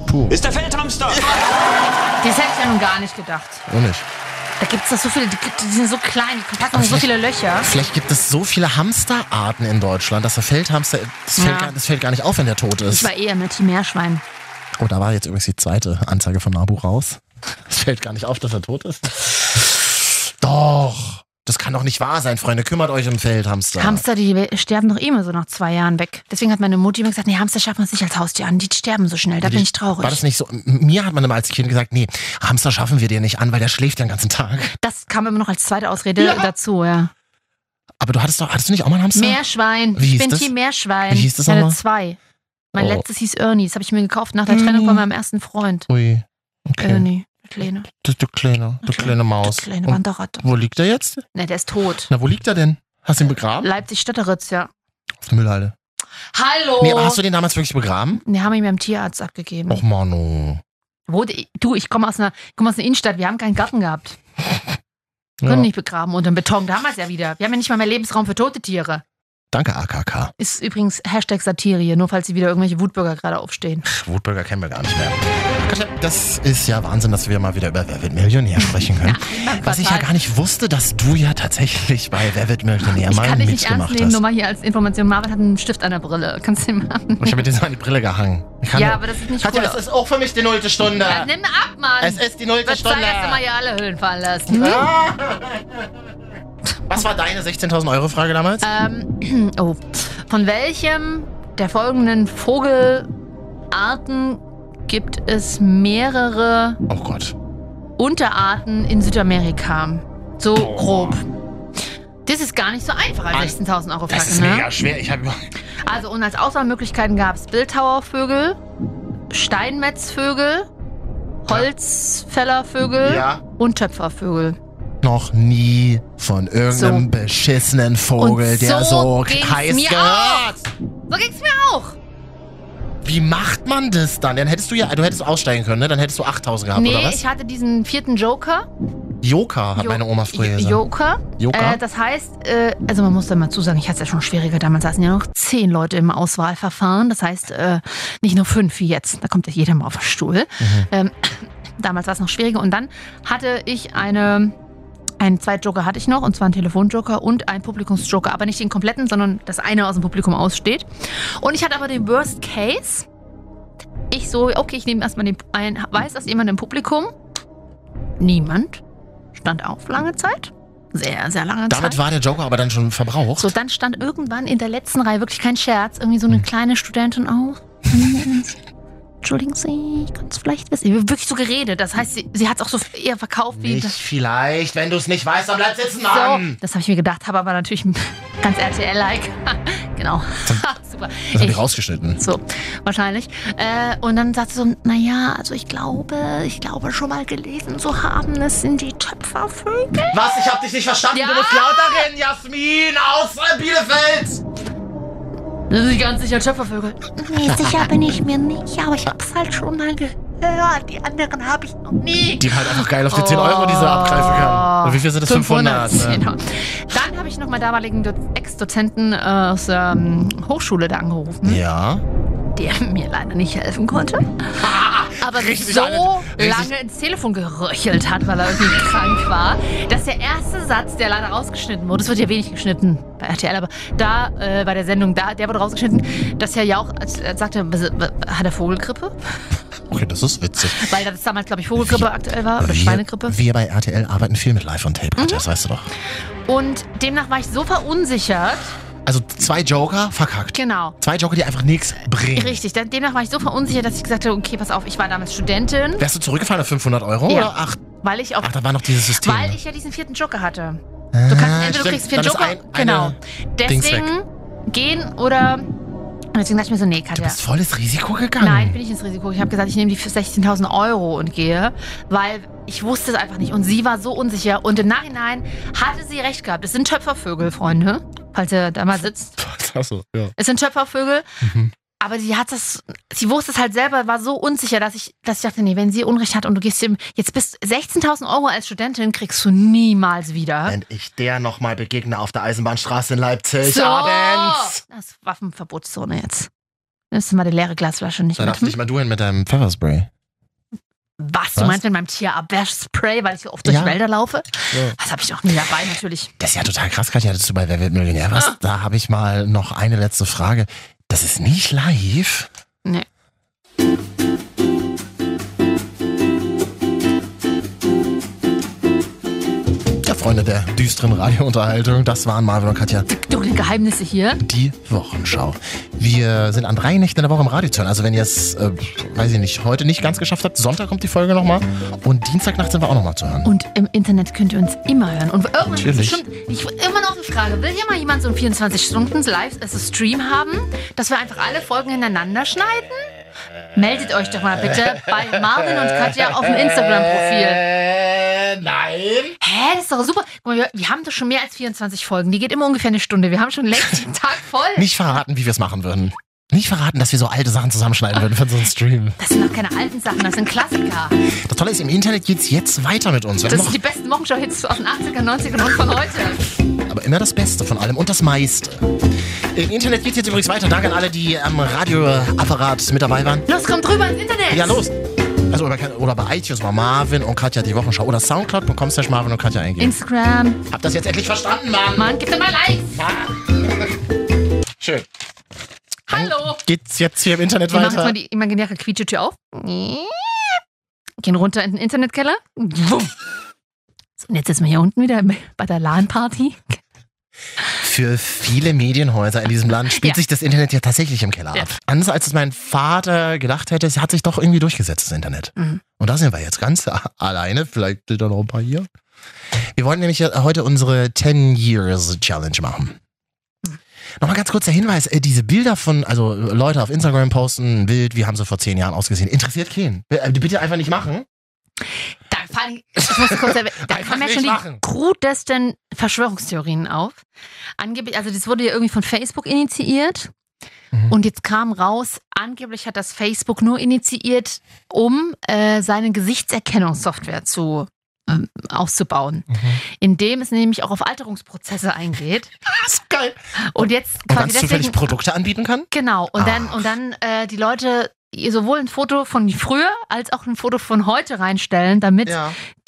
Puh. Ist der Feldhamster! Das hätte ich ja nun gar nicht gedacht. Oh nicht. Da gibt es doch so viele, die, die sind so klein, die packen noch so viele Löcher. Vielleicht gibt es so viele Hamsterarten in Deutschland, dass der Feldhamster, das, Ja. fällt gar, das fällt gar nicht auf, wenn der tot Ich ist. war eh eher mit Team Meerschwein. Oh, da war jetzt übrigens die zweite Anzeige von Nabu raus. <laughs> Es fällt gar nicht auf, dass er tot ist. Doch. Das kann doch nicht wahr sein, Freunde. Kümmert euch um Feldhamster. Hamster, die sterben doch eh immer so nach zwei Jahren weg. Deswegen hat meine Mutti immer gesagt, nee, Hamster schafft man sich als Haustier an. Die sterben so schnell, da bin ich traurig. War das nicht so? M- Mir hat man immer als Kind gesagt, nee, Hamster schaffen wir dir nicht an, weil der schläft ja den ganzen Tag. Das kam immer noch als zweite Ausrede Ja. dazu, ja. Aber du hattest doch, hattest du nicht auch mal einen Hamster? Meerschwein. Wie ich hieß bin das? Team Meerschwein. Wie hieß das ich hatte nochmal? zwei. Mein Oh. letztes hieß Ernie. Das habe ich mir gekauft nach der Trennung von meinem ersten Freund. Ui. Okay. Ernie, Kleine. Du, du kleine, du kleine Maus. Äh, Du kleine Und Wanderratte. Wo liegt er jetzt? Ne, der ist tot. Na, wo liegt er denn? Hast du ihn begraben? Leipzig-Stötteritz, ja. Auf der Müllhalde. Hallo! Nee, aber hast du Oh, den damals wirklich begraben? den haben ihn beim Tierarzt abgegeben. Och, Manu. Wo, du, ich komme aus, einer- ich komme aus einer Innenstadt, wir haben keinen Garten gehabt. Wir Ja. Können nicht begraben unter dem Beton, damals ja wieder. Wir haben ja nicht mal mehr Lebensraum für tote Tiere. Danke, AKK. Ist übrigens Hashtag Satirie, nur falls sie wieder irgendwelche Wutbürger gerade aufstehen. Wutbürger kennen wir gar nicht mehr. Katja, Das ist ja Wahnsinn, dass wir mal wieder über Wer wird Millionär sprechen <laughs> können. Was ich ja gar nicht wusste, dass du ja tatsächlich bei Wer wird Millionär Ich mal kann dich nicht ernst mitgemacht nehmen, nur hast. mal hier als Information. Marvin hat einen Stift an der Brille. Kannst du den mal abnehmen? Und ich habe mir den so an die Brille gehangen. Ich kann Ja, aber das ist nicht Katja, cool. es ist auch für mich die nullte Stunde. Ja, Äh, ne? nimm ab, Mann. Es ist die nullte Wird Stunde. Zeit, dass du mal hier alle Hüllen fallen lässt. Hm? Ah. Was war deine 16.000 Euro Frage damals? Ähm, <clears throat> oh. Von welchem der folgenden Vogelarten gibt es mehrere oh Gott. Unterarten in Südamerika? So grob. Das ist gar nicht so einfach Mann, als 16.000 Euro Das ist Frage, ne? mega schwer. Ich habe Also, und als Auswahlmöglichkeiten gab es Bildhauervögel, Steinmetzvögel, Holzfällervögel Ja. und Töpfervögel. noch nie von irgendeinem beschissenen Vogel, Und der so ging's heiß mir gehört. auch. So ging's mir auch. Wie macht man das dann? Dann hättest du ja, du hättest aussteigen können, ne? Dann hättest du 8.000 gehabt, nee, oder was? ich hatte diesen vierten Joker Joker, hat Jo- meine Oma früher gesagt. Joker. Joker? Äh, das heißt, äh, also man muss da mal zusagen, ich hatte es ja schon schwieriger. Damals saßen ja noch zehn Leute im Auswahlverfahren. Das heißt, äh, nicht nur fünf wie jetzt. Da kommt ja jeder mal auf den Stuhl. Mhm. Ähm, <clears throat> damals war es noch schwieriger. Und dann hatte ich eine. Einen Zweitjoker hatte ich noch, und zwar einen Telefonjoker und einen Publikumsjoker. Aber nicht den kompletten, sondern das eine aus dem Publikum aussteht. Und ich hatte aber den Worst Case. Ich so, okay, ich nehme erstmal den ein, weiß das jemand im Publikum? Niemand. Stand auf lange Zeit. Sehr, sehr lange Damit Zeit. war der Joker aber dann schon verbraucht. so, dann stand irgendwann in der letzten Reihe, wirklich kein Scherz, irgendwie so eine Hm. kleine Studentin auf. Entschuldigen Sie, ich kann es vielleicht wissen. Wirklich so geredet. Das heißt, sie, sie hat es auch so eher verkauft wie Nicht das. vielleicht, wenn du es nicht weißt, dann bleib sitzen, Mann! So, das habe ich mir gedacht, habe aber natürlich <laughs> ganz RTL-like. <laughs> <laughs> genau. Super. Das hab ich Ich- rausgeschnitten. so, wahrscheinlich. Äh, und dann sagt sie so, naja, also ich glaube, ich glaube schon mal gelesen zu haben, das sind die Töpfervögel. Was? Ich hab dich nicht verstanden. Ja. Du musst lauter reden, Jasmin aus äh, Bielefeld. Das ist ganz sicher Töpfervögel. Nee, sicher bin ich mir nicht, aber ich hab's halt schon mal gehört. Die anderen habe ich noch nie. Die war halt einfach geil auf die 10 Euro, Oh. die sie abgreifen kann. Und wie viel sind das? 500. ne? Genau. Dann habe ich noch meinen damaligen Do Ex-Dozenten äh, aus der ähm, Hochschule da angerufen, Ja. der mir leider nicht helfen konnte. Aber Ah, Richtig so alle- richtig- lange ins Telefon geröchelt hat, weil er irgendwie <laughs> krank war, dass der erste Satz, der leider rausgeschnitten wurde, es wird ja wenig geschnitten bei RTL, aber da äh, bei der Sendung, da, der wurde rausgeschnitten, dass Herr Jauch als- als sagte, was- was- hat er Vogelgrippe? Okay, das ist witzig. Weil das damals, glaube ich, Vogelgrippe aktuell war oder Wir- Ah, Schweinegrippe. Mhm. Wir bei RTL arbeiten viel mit Live on Tape, Katja, das weißt du doch. Und demnach war ich so verunsichert. Also zwei Joker verkackt. Genau. Zwei Joker, die einfach nichts bringen. Richtig, dann- demnach war ich so verunsichert, dass ich gesagt habe, okay, pass auf, ich war damals Studentin, Wärst du zurückgefahren auf 500 Euro? Ja. Oder? Ach, weil ich auf ach, da war noch dieses System. Weil ich ja diesen vierten Joker hatte. Du Ah, kannst entweder stimmt. du kriegst vier Dann ist Joker. ein- eine genau. Dings Deswegen gehen oder. Und deswegen dachte ich mir so, nee, Katja. Du bist voll ins Risiko gegangen. <laughs> Nein, bin ich ins Risiko. Ich habe gesagt, ich nehme die für 16.000 Euro und gehe, weil ich wusste es einfach nicht. Und sie war so unsicher. Und im Nachhinein hatte sie recht gehabt. Es sind Töpfervögel, Freunde. Falls ihr da mal sitzt. Achso, ja. Es sind Töpfervögel. Mhm. Aber sie hat das, sie wusste es halt selber, war so unsicher, dass ich, dass ich dachte, nee, wenn sie Unrecht hat und du gehst dem, jetzt bis 16.000 Euro als Studentin kriegst du niemals wieder. Wenn ich der nochmal begegne auf der Eisenbahnstraße in Leipzig So. abends. Das ist Waffenverbotszone jetzt. Nimmst du mal die leere Glasflasche nicht Da mit? darfst du nicht mal du hin mit deinem Pfefferspray. Was? Du Was? meinst mit meinem Tierabwehrspray, weil ich so oft durch Ja. Wälder laufe? Das habe ich auch nie dabei, natürlich. Das ist ja total krass, Katja, dass du bei Wer wird Millionär warst. Ah. Da habe ich mal noch eine letzte Frage. Das ist nicht live. Nee. Ja, Freunde der düsteren Radiounterhaltung, das waren Marvin und Katja. Dunkle Geheimnisse hier. Die Wochenschau. Wir sind an drei Nächten in der Woche im Radio zu hören. Also wenn ihr es, äh, weiß ich nicht, heute nicht ganz geschafft habt, Sonntag kommt die Folge nochmal und Dienstagnacht sind wir auch nochmal zu hören. Und im Internet könnt ihr uns immer hören. Und irgendwann Natürlich. Stimmt, ich immer noch eine Frage. Will hier mal jemand so einen 24-Stunden-Live-Stream äh, haben, dass wir einfach alle Folgen hintereinander schneiden? Meldet euch doch mal bitte bei Marvin und Katja auf dem Instagram-Profil. Äh, nein. Hä, das ist doch super. Guck mal, wir, wir haben doch schon mehr als 24 Folgen. Die geht immer ungefähr eine Stunde. Wir haben schon längst den Tag voll. Nicht verraten, wie wir es machen würden. Nicht verraten, dass wir so alte Sachen zusammenschneiden würden für so einen Stream. Das sind doch keine alten Sachen, das sind Klassiker. Das Tolle ist, im Internet geht's jetzt weiter mit uns. Wir Das haben noch, sind die besten Morgenshow-Hits aus den 80ern, 90ern und von heute. aber immer das Beste von allem und das meiste. Im Internet geht's jetzt übrigens weiter. Danke an alle, die am Radioapparat mit dabei waren. Los, kommt rüber ins Internet. Ja, los. Also über, oder bei iTunes mal Marvin und Katja die Wochenschau oder soundcloud.com slash Marvin und Katja eingeben. Instagram. Hab das jetzt endlich verstanden, Mann. Mann, gib doch mal Likes. <laughs> Schön. Hallo. Geht's jetzt hier im Internet Wir machen jetzt weiter? mal die imaginäre Quietsche-Tür auf. Gehen runter in den Internetkeller. <laughs> Wumm. So, und jetzt sitzen wir hier unten wieder bei der LAN-Party. Für viele Medienhäuser in diesem Land spielt Ja. sich das Internet ja tatsächlich im Keller Ja. ab. Anders als es mein Vater gedacht hätte, es hat sich doch irgendwie durchgesetzt, das Internet. Mhm. Und da sind wir jetzt ganz <laughs> alleine. Vielleicht sind da noch ein paar hier. Wir wollen nämlich äh, heute unsere 10 Years Challenge machen. Mhm. Nochmal ganz kurz der Hinweis, äh, diese Bilder von, also äh, Leute auf Instagram posten, ein Bild, wie haben sie vor zehn Jahren ausgesehen, interessiert keinen. Äh, Bitte einfach nicht machen. Da, vor allem, ich muss kurz erwähnen, da Einfach kamen ja nicht schon die machen. krudesten Verschwörungstheorien auf. Angeblich, also das wurde ja irgendwie von Facebook initiiert. Mhm. Und jetzt kam raus, angeblich hat das Facebook nur initiiert, um äh, seine Gesichtserkennungssoftware zu ähm, auszubauen, Mhm. indem es nämlich auch auf Alterungsprozesse eingeht. das ist geil. Und jetzt Und quasi ganz zufällig deswegen, Produkte anbieten kann? genau, und dann, und dann äh, die Leute ihr sowohl ein Foto von früher als auch ein Foto von heute reinstellen, damit,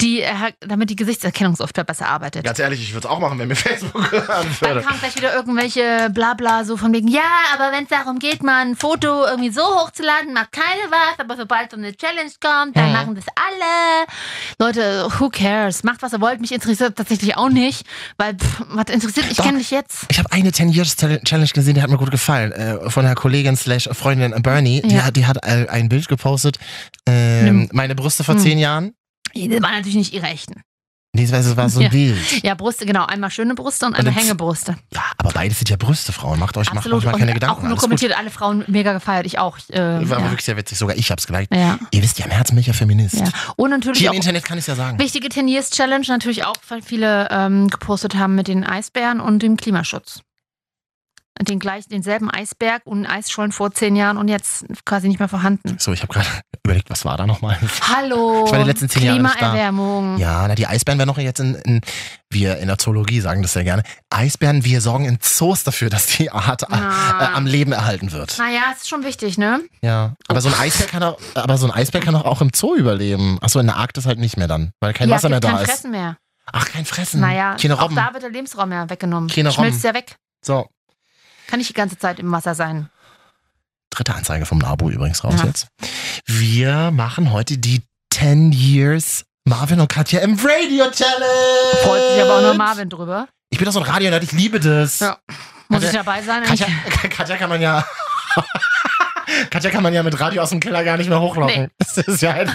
die, äh, damit die Gesichtserkennungssoftware besser arbeitet. Ganz ehrlich, ich würde es auch machen, wenn mir <laughs> Facebook hören Dann würde. kamen gleich wieder irgendwelche Blabla so von wegen, ja, aber wenn es darum geht, mal ein Foto irgendwie so hochzuladen, macht keine was, aber sobald so eine Challenge kommt, dann Mhm. machen das alle. Leute, who cares? Macht, was ihr wollt, mich interessiert tatsächlich auch nicht, weil pff, was interessiert, ich Doch. kenne dich jetzt. Ich habe eine 10 Years Challenge gesehen, die hat mir gut gefallen. Äh, von einer Kollegin slash Freundin Bernie. Die, Ja. hat, die hat äh, ein Bild gepostet. Ähm, meine Brüste vor Hm. zehn Jahren. Das waren natürlich nicht ihre echten. Nee, das war so ein ja. Bild. Ja, Brüste, genau. Einmal schöne Brüste und Und einmal dann- Hängebrüste. Aber beides sind ja Brüste, Frauen. Macht euch, macht euch mal Und keine Gedanken. auch nur Alles gut. kommentiert, alle Frauen mega gefeiert, ich auch. Äh, War ja. wirklich sehr witzig. Sogar ich hab's geliked. Ja. Ihr wisst ja, im Herzen bin ich ja Feminist. Ja. Und natürlich Hier auch- im Internet kann ich ja sagen. Wichtige 10 Years Challenge natürlich auch, weil viele ähm, gepostet haben mit den Eisbären und dem Klimaschutz. Den gleichen, denselben Eisberg und Eisschollen vor zehn Jahren und jetzt quasi nicht mehr vorhanden. So, ich habe gerade <laughs> überlegt, was war da <laughs> nochmal? Hallo, Ich war die letzten zehn Jahre nicht da. Klimaerwärmung. Ja, na, die Eisbären werden noch jetzt in, in, wir in der Zoologie sagen das sehr gerne, Eisbären, wir sorgen in Zoos dafür, dass die Art äh, Ah. am Leben erhalten wird. Naja, es ist schon wichtig, ne? Ja, aber so ein Eisbär kann auch, aber so ein Eisbär kann auch, auch im Zoo überleben. Achso, in der Arktis halt nicht mehr dann, weil kein ja, Wasser es mehr gibt da kein ist. Fressen mehr. Ach, kein Fressen. Naja, Keine auch Robben. da wird der Lebensraum ja weggenommen. Keine Schmilzt Robben. ja weg. So, Kann nicht die ganze Zeit im Wasser sein. dritte Anzeige vom Nabu übrigens raus Ja. jetzt. Wir machen heute die 10 Years Marvin und Katja im Radio Challenge. Freut sich aber auch nur Marvin drüber. Ich bin doch so ein Radio, ich liebe das. Ja. Muss Katja- ich dabei sein? Katja, <laughs> Katja kann man ja. Katja kann man ja mit Radio aus dem Keller gar nicht mehr hochlocken. Nee. Das ist ja halt.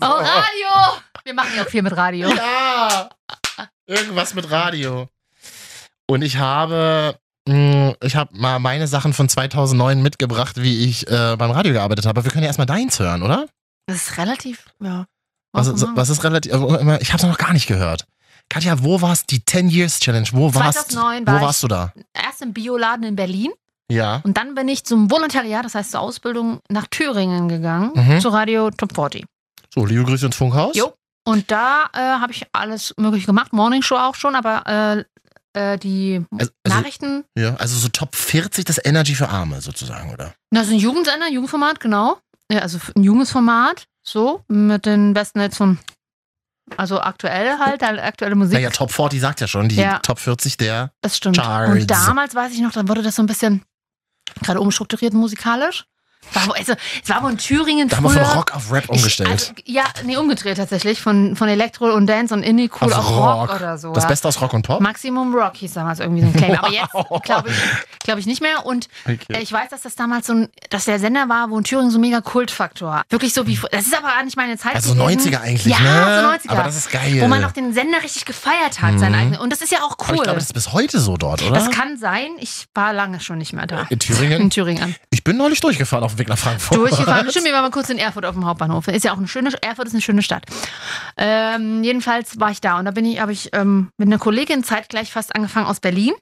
Oh, Radio! Wir machen ja auch viel mit Radio. Ja! Irgendwas mit Radio. Und ich habe. mh, Ich habe mal meine Sachen von 2009 mitgebracht, wie ich äh, beim Radio gearbeitet habe. Wir können ja erstmal deins hören, oder? Das ist relativ, ja. Was, was ist relativ. also immer- Ich habe es noch gar nicht gehört. Katja, wo warst die 10 Years Challenge? Wo warst, 2009 wo war ich- warst du da? Erst im Bioladen in Berlin Ja. und dann bin ich zum Volontariat, das heißt zur Ausbildung, nach Thüringen gegangen, Mhm. zu Radio Top 40. So, liebe Grüße ins Funkhaus. Jo. Und da äh, habe ich alles mögliche gemacht, Morningshow auch schon, aber äh, äh, die Also- also- Nachrichten, Ja, also so Top 40 des Energy für Arme sozusagen, oder? das ist ein Jugendsender, ein Jugendformat, genau. Ja, also ein junges Format, so, mit den besten jetzt von, also aktuell halt, halt aktuelle Musik. Naja, Top 40 sagt ja schon, die Ja. Top 40 der. Das stimmt. Charts. Und damals weiß ich noch, dann wurde das so ein bisschen gerade umstrukturiert musikalisch. War, wohl- also, es war wohl in Thüringen Da haben wir früher. von Rock auf Rap umgestellt. Also, ja, nee, umgedreht tatsächlich. Von, von Elektro und Dance und Indie cool auf, Rock. oder so. Also Das ja. Beste aus Rock und Pop? Maximum Rock hieß damals irgendwie so ein Claim. Aber jetzt glaube ich, glaub ich nicht mehr. Und Okay. äh, ich weiß, dass das damals so ein, dass der Sender war, wo in Thüringen so mega Kultfaktor. Wirklich so wie, fr- das ist aber gar nicht meine Zeit. Also gewesen. 90er eigentlich, ja, ne? so 90er. Aber das ist geil. Wo man auch den Sender richtig gefeiert hat, seinen Mhm. eigenen. Und das ist ja auch cool. Aber ich glaube, das ist bis heute so dort, oder? Das kann sein. Ich war lange schon nicht mehr da. In Thüringen? <laughs> <laughs> In Thüringen. ich bin neulich durchgefahren auf dem Weg nach Frankfurt. <laughs> Durchgefahren. Stimmt, wir waren mal kurz in Erfurt auf dem Hauptbahnhof. Ist ja auch eine schöne, Erfurt ist eine schöne Stadt. Ähm, jedenfalls war ich da und da bin ich, habe ich ähm, mit einer Kollegin zeitgleich fast angefangen aus Berlin.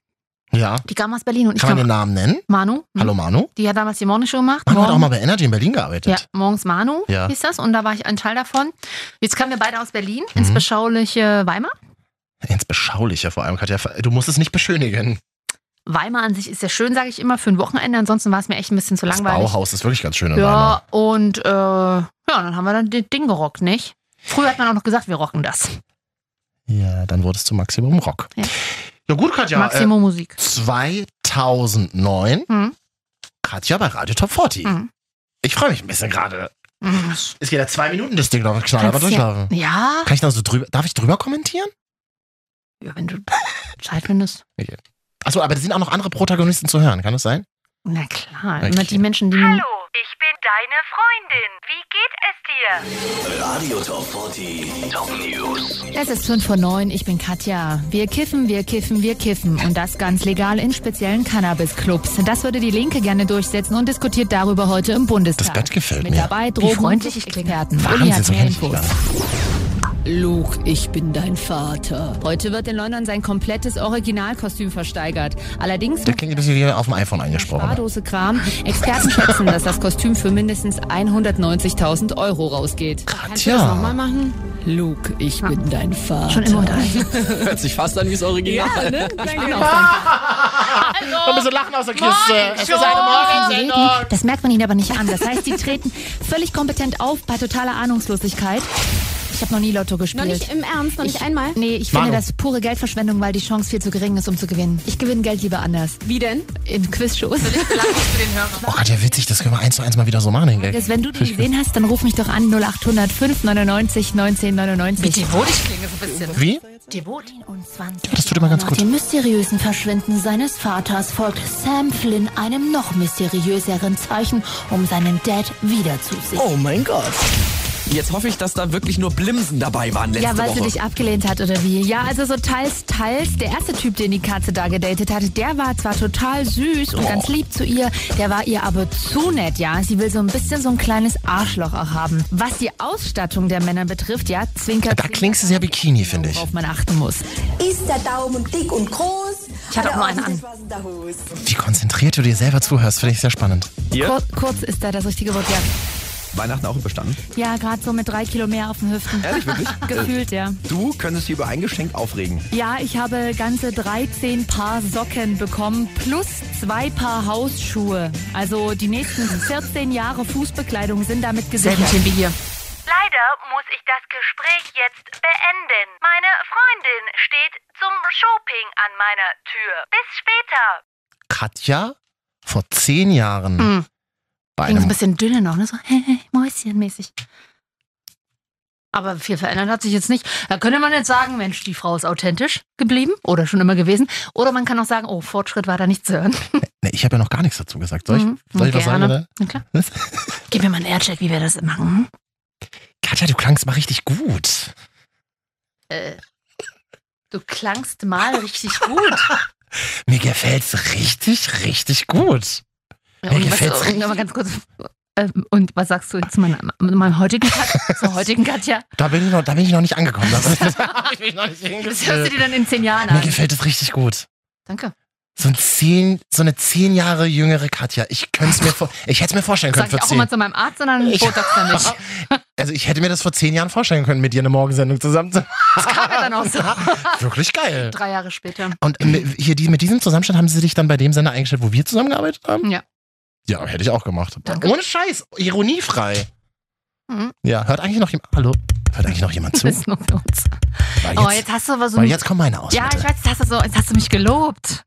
Ja. Die kam aus Berlin und ich Kann man den kam. Namen nennen? Manu. hm? Hallo Manu. Die hat damals die Morningshow gemacht. Manu hat auch Morgen- mal bei Energy in Berlin ja, gearbeitet. morgens Manu Ja. hieß das und da war ich ein Teil davon. Jetzt kamen wir beide aus Berlin ins Mhm. beschauliche Weimar. Ins Beschauliche vor allem, Katja. Du musst es nicht beschönigen. Weimar an sich ist sehr schön, sage ich immer, für ein Wochenende. Ansonsten war es mir echt ein bisschen zu Das langweilig. Bauhaus ist wirklich ganz schön in Weimar. Ja, und äh, ja, dann haben wir dann das Ding gerockt, nicht? Früher hat man auch noch gesagt, wir rocken das. Ja, dann wurde es zu Maximum Rock. Ja. Ja, gut, Katja. Maximum äh, Musik. 2009, Hm. Katja bei Radio Top 40. Hm. Ich freue mich ein bisschen gerade. Mhm. Es geht ja zwei Minuten, das Ding noch knall, aber Kannst durchlaufen. Ja, ja. Kann ich dann so drüber, darf ich drüber kommentieren? ja, wenn du <laughs> Zeit findest. Okay. Achso, Also, aber da sind auch noch andere Protagonisten zu hören, kann das sein? Na klar, Okay. immer die Menschen, die. Hallo, ich bin deine Freundin. Wie geht es dir? Radio Top 40, Top News. Es ist 5 vor 9, ich bin Katja. Wir kiffen, wir kiffen, wir kiffen. Und das ganz legal in speziellen Cannabis-Clubs. Das würde die Linke gerne durchsetzen und diskutiert darüber heute im Bundestag. Das Bett gefällt Mit mir. dabei Wie Drogen freundlich und Experten. Uli Wahnsinn, hat so mehr kenne ich mich Infos. gar nicht. Luke, ich bin dein Vater. Heute wird in London sein komplettes Originalkostüm versteigert. Allerdings Der klingt ein bisschen wie auf dem iPhone eingesprochen. Spardose Kram. Experten schätzen, dass das Kostüm für mindestens 190.000 Euro rausgeht. Kannst tja. machen? Luke, ich bin dein Vater. Schon immer da. Hört sich fast an wie das Original. Ja, ne? Ich Danke. bin auch Hallo. Und ein bisschen Lachen aus der Kiste. Morning Es ist eine Show. Morgensendung. Das merkt man ihnen aber nicht an. Das heißt, die treten völlig kompetent auf bei totaler Ahnungslosigkeit. Ich habe noch nie Lotto gespielt. Noch nicht im Ernst, noch nicht einmal? Nee, ich Manu. finde das pure Geldverschwendung, weil die Chance viel zu gering ist, um zu gewinnen. Ich gewinne Geld lieber anders. Wie denn? In Quizshows. Oh Gott, ja witzig, das können wir eins zu eins mal wieder so machen. Hingegen. Das, wenn du die gesehen hast, dann ruf mich doch an 0800 599 1999. Wie devot ich klinge so ein bisschen. Wie? Devot. Und 20. Das tut immer ganz Nach gut. dem mysteriösen Verschwinden seines Vaters folgt Sam Flynn einem noch mysteriöseren Zeichen, um seinen Dad wiederzusehen. Oh mein Gott. Jetzt hoffe ich, dass da wirklich nur Blimsen dabei waren letzte ja, weil Woche. sie dich abgelehnt hat oder wie? Ja, also so teils, teils. Der erste Typ, den die Katze da gedatet hat, der war zwar total süß und ganz lieb zu ihr, der war ihr aber zu nett, ja. Sie will so ein bisschen so ein kleines Arschloch auch haben. Was die Ausstattung der Männer betrifft, ja, zwinkert Da klingst du sehr Bikini, finde ich. worauf man achten muss. Ist der Daumen dick und groß? Ich hatte auch nur einen an. Wie konzentriert du dir selber zuhörst, finde ich sehr spannend. Kur kurz ist da das richtige Wort, ja. Weihnachten auch überstanden? Ja, gerade so mit drei Kilo mehr auf den Hüften. Ehrlich, wirklich? <laughs> Gefühlt, ja. Du könntest dich über ein Geschenk aufregen. Ja, ich habe ganze 13 Paar Socken bekommen plus zwei Paar Hausschuhe. Also die nächsten 14 Jahre Fußbekleidung sind damit gesichert. Selben Team wie hier. Leider muss ich das Gespräch jetzt beenden. Meine Freundin steht zum Shopping an meiner Tür. Bis später. Katja vor zehn Jahren Mhm. Mm. bei Klingt so ein einem bisschen dünne noch, ne? So, <laughs> hey, hey, Mäuschenmäßig. Aber viel verändert hat sich jetzt nicht. Da könnte man jetzt sagen, Mensch, die Frau ist authentisch geblieben oder schon immer gewesen. Oder man kann auch sagen, oh, Fortschritt war da nicht zu hören. Nee, ich habe ja noch gar nichts dazu gesagt. Soll ich, Mhm. soll ich was sagen? Gerne. Oder? Na klar. <laughs> Gib mir mal einen Aircheck, wie wir das machen. Katja, du klangst mal richtig gut. Äh, du klangst mal richtig <laughs> gut. Mir gefällt's richtig, richtig gut. Ja, Mir und gefällt's was, Oh, richtig. und aber oh, ganz kurz. ähm, Und was sagst du jetzt zu meiner, meinem heutigen <laughs> Katja? Zur heutigen Katja? Da bin ich noch, da bin ich noch nicht angekommen. Da- <laughs> ich mich noch nicht Das hörst du dir dann in zehn Jahren Äh, Mir an. gefällt es richtig gut. Danke. So, ein zehn, so eine zehn Jahre jüngere Katja. Ich könnte mir vor, ich hätte es mir vorstellen können vor Sag ich auch immer zehn. zu meinem Arzt, sondern Ich- Botox <laughs> dann nicht. Also ich hätte mir das vor zehn Jahren vorstellen können, mit dir eine Morgensendung zusammen <laughs> zu Das kam ja dann auch <laughs> so. Wirklich geil. Drei Jahre später. Und mit- hier die, mit diesem Zusammenstand haben sie dich dann bei dem Sender eingestellt, wo wir zusammengearbeitet haben? Ja. Ja, hätte ich auch gemacht. Danke. Ohne Scheiß, ironiefrei. Mhm. Ja, hört eigentlich noch jemand. Hallo? Hört eigentlich noch jemand zu? Bist nur mit uns. Weil oh, jetzt hast du aber so. weil ein- jetzt kommen meine Ja, Ausschnitte. ich weiß, jetzt hast du, so, jetzt hast du mich gelobt.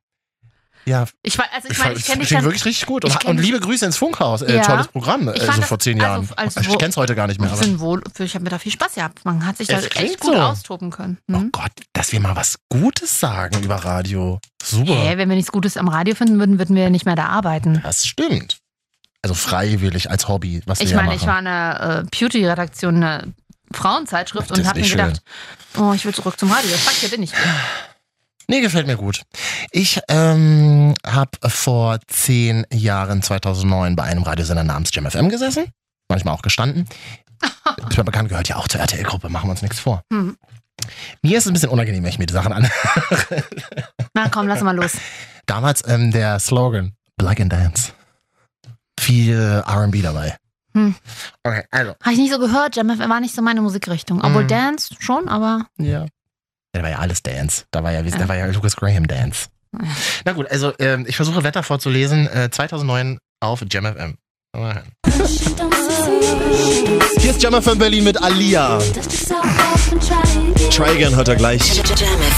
Ja, Ich weiß, also ich, ich, meine, fand- ich ich kenne dich klingt dann- wirklich richtig gut. ich Und, kenn und dich- liebe Grüße ins Funkhaus. Äh, Ja. Tolles Programm, Ich äh, fand so das- vor zehn also, Jahren. als ich wo- Also kenn's heute gar nicht mehr. Ich Aber bin wohl, ich habe mir da viel Spaß gehabt. Man hat sich da Es klingt echt gut so. austoben können. oh Hm? Gott, dass wir mal was Gutes sagen über Radio. Super. Hä, wenn wir nichts Gutes am Radio finden würden, würden wir nicht mehr da arbeiten. Das stimmt. Also freiwillig als Hobby, was Ich wir meine, ja ich war machen. in der äh, Beauty-Redaktion, einer Frauenzeitschrift Das und ist habe mir nicht schön. gedacht, oh, ich will zurück zum Radio. Fuck, hier bin ich. nee, gefällt mir gut. Ich ähm, habe vor zehn Jahren, 2009, bei einem Radiosender namens Jam FM gesessen. Manchmal auch <laughs> gestanden. Ich bin bekannt, gehört ja auch zur RTL-Gruppe, machen wir uns nichts vor. Hm. Mir ist es ein bisschen unangenehm, wenn ich mir die Sachen an. Na komm, lass mal los. <laughs> Damals ähm, der Slogan Black and Dance. Viel RB dabei. Hm. Okay, also. Habe ich nicht so gehört. Jam FM war nicht so meine Musikrichtung. Obwohl Mhm. Dance schon, aber Ja. Da war ja alles Dance. Da war ja, Ja. Da war ja Lucas Graham Dance. Na gut, also ähm, ich versuche Wetter vorzulesen. Äh, 2009 auf Jam FM. Hier ist Jam FM Berlin mit Alia. Try Again hört er gleich. Jam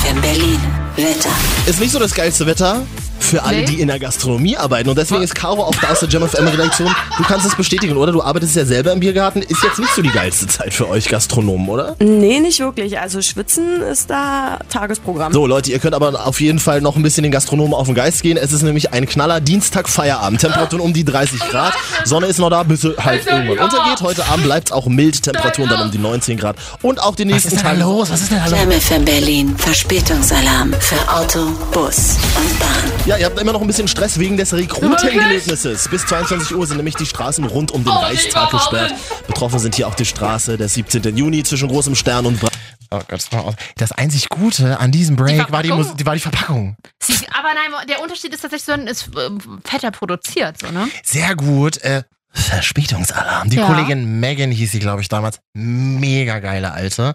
FM Berlin. Wetter. Ist nicht so das geilste Wetter für alle, Nee. die in der Gastronomie arbeiten. Und deswegen ist Caro auch da aus der Jam FM Redaktion. Du kannst es bestätigen, oder? Du arbeitest ja selber im Biergarten. Ist jetzt nicht so die geilste Zeit für euch Gastronomen, oder? Nee, nicht wirklich. Also Schwitzen ist da Tagesprogramm. So, Oh, Leute, ihr könnt aber auf jeden Fall noch ein bisschen den Gastronomen auf den Geist gehen. Es ist nämlich ein Knaller Dienstag Feierabend. Temperaturen um die 30 Grad. Sonne ist noch da, bis sie halt irgendwann untergeht. Heute Abend bleibt es auch mild. Temperaturen dann um die 19 Grad. Und auch die nächsten Tage. los? Was ist denn Jam FM Berlin. Verspätungsalarm für Auto, Bus und Bahn. Ja, ihr habt immer noch ein bisschen Stress wegen des Recruiting-Gelöbnisses. Bis 22 Uhr sind nämlich die Straßen rund um den Oh, Reichstag lieber gesperrt. Betroffen sind hier auch die Straße des 17. Juni zwischen Großem Stern und Bra Oh Gott, das, war aus. das einzig Gute an diesem Break war, die Verpackung. Mus- die, war die Verpackung. Sie, aber nein, der Unterschied ist tatsächlich so, ist äh, fetter produziert, so, ne? Sehr gut. Äh, Verspätungsalarm. Die Ja. Kollegin Megan hieß sie, glaube ich, damals. Mega geile Alte.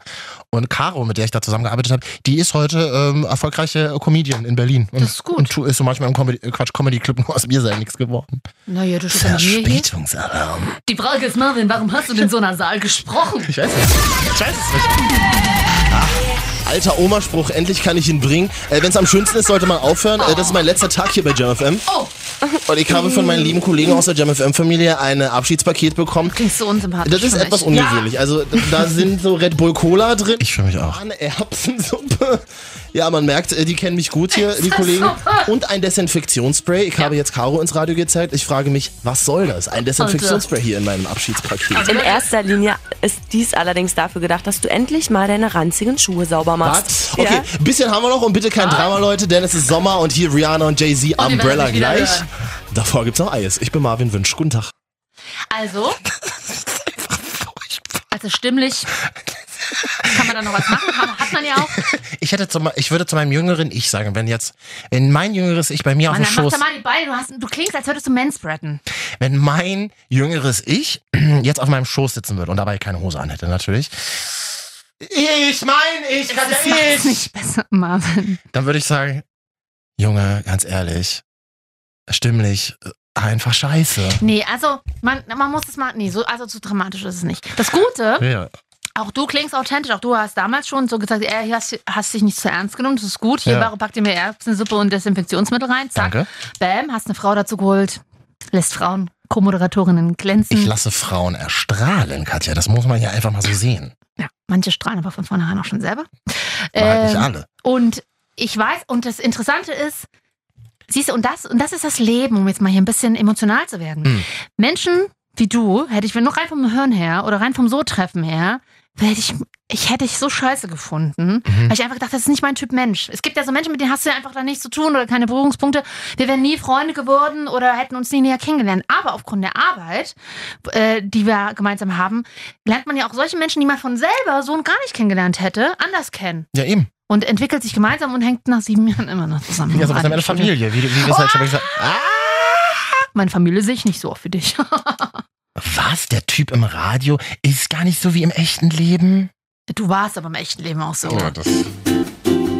Und Caro, mit der ich da zusammengearbeitet habe, die ist heute ähm, erfolgreiche Comedian in Berlin. Und, das ist gut. Und tu- ist so manchmal im Comedy, äh, Quatsch Comedy Club nur aus mir selber nichts geworden. Naja, du bist ja mit mir hier. Verspätungsalarm. Die Frage ist, Marvin, warum hast du denn so nasal gesprochen? Ich weiß nicht. Ich weiß es nicht. Alter Omaspruch, endlich kann ich ihn bringen. Äh, Wenn es am schönsten ist, sollte man aufhören. Äh, das ist mein letzter Tag hier bei JamFM. Oh. Und ich habe von meinen lieben Kollegen aus der JamFM-Familie ein äh, Abschiedspaket bekommen. Klingt so unsympathisch. Das ist für mich. etwas ungewöhnlich. Also d- da sind so Red Bull Cola drin. Ich fühle mich auch. Eine Erbsensuppe. Ja, man merkt, äh, die kennen mich gut hier, die Kollegen. Und ein Desinfektionsspray. Ich habe jetzt Caro ins Radio gezeigt. Ich frage mich, was soll das? Ein Desinfektionsspray hier in meinem Abschiedspaket. In erster Linie ist dies allerdings dafür gedacht, dass du endlich mal deine ranzigen Schuhe sauber machst. Was? Okay, Ja? ein bisschen haben wir noch und bitte kein Drama, Leute, denn es ist Sommer und hier Rihanna und Jay-Z die Ah. werden Umbrella sich wieder gleich. hören. Davor gibt's noch Eis. Ich bin Marvin Wünsch. Guten Tag. Also. Also stimmlich. Kann man da noch was machen? Hat hat man ja auch. Ich hätte zum, ich würde zu meinem jüngeren Ich sagen, wenn jetzt, wenn mein jüngeres Ich bei mir auf Mann, dem dann mach Schoß, da mal die Beine. Du, hast, du klingst, als würdest du manspreaden. wenn mein jüngeres Ich <clears throat> jetzt auf meinem Schoß sitzen würde und dabei keine Hose anhätte, natürlich, Ich mein, ich kann ja Ist ich. nicht besser, Marvin. dann würde ich sagen, Junge, ganz ehrlich, stimmlich, äh, einfach scheiße. Nee, also man, man muss es mal. Nee, so, also zu dramatisch ist es nicht. Das Gute, Ja. auch du klingst authentisch. Auch du hast damals schon so gesagt, ey, hier hast, hast dich nicht zu ernst genommen. Das ist gut. Hier, Ja. Baro, pack dir mehr Erbsensuppe und Desinfektionsmittel rein. Zack. Danke. Bam, hast eine Frau dazu geholt. Lässt Frauen, Co-Moderatorinnen glänzen. Ich lasse Frauen erstrahlen, Katja. Das muss man ja einfach mal so sehen. Ja, manche strahlen aber von vornherein auch schon selber. Nein, Ähm. nicht alle. Und ich weiß, und das Interessante ist, siehst du, und das, und das ist das Leben, um jetzt mal hier ein bisschen emotional zu werden. Hm. Menschen wie du, hätte ich, wenn nur rein vom Hören her oder rein vom So-Treffen her, hätte ich, ich hätte ich so scheiße gefunden, weil ich einfach gedacht, das ist nicht mein Typ Mensch. Es gibt ja so Menschen, mit denen hast du ja einfach da nichts zu tun oder keine Berührungspunkte. Wir wären nie Freunde geworden oder hätten uns nie näher kennengelernt. Aber aufgrund der Arbeit, äh, die wir gemeinsam haben, lernt man ja auch solche Menschen, die man von selber so und gar nicht kennengelernt hätte, anders kennen. Ja, eben. Und entwickelt sich gemeinsam und hängt nach sieben Jahren immer noch zusammen. Ja, so was am Ende Familie, wie, du- wie wir es halt Oh. schon mal gesagt Meine Familie sehe ich nicht so oft für dich. <laughs> Was? Der Typ im Radio ist gar nicht so wie im echten Leben? Du warst aber im echten Leben auch so. Ja, das-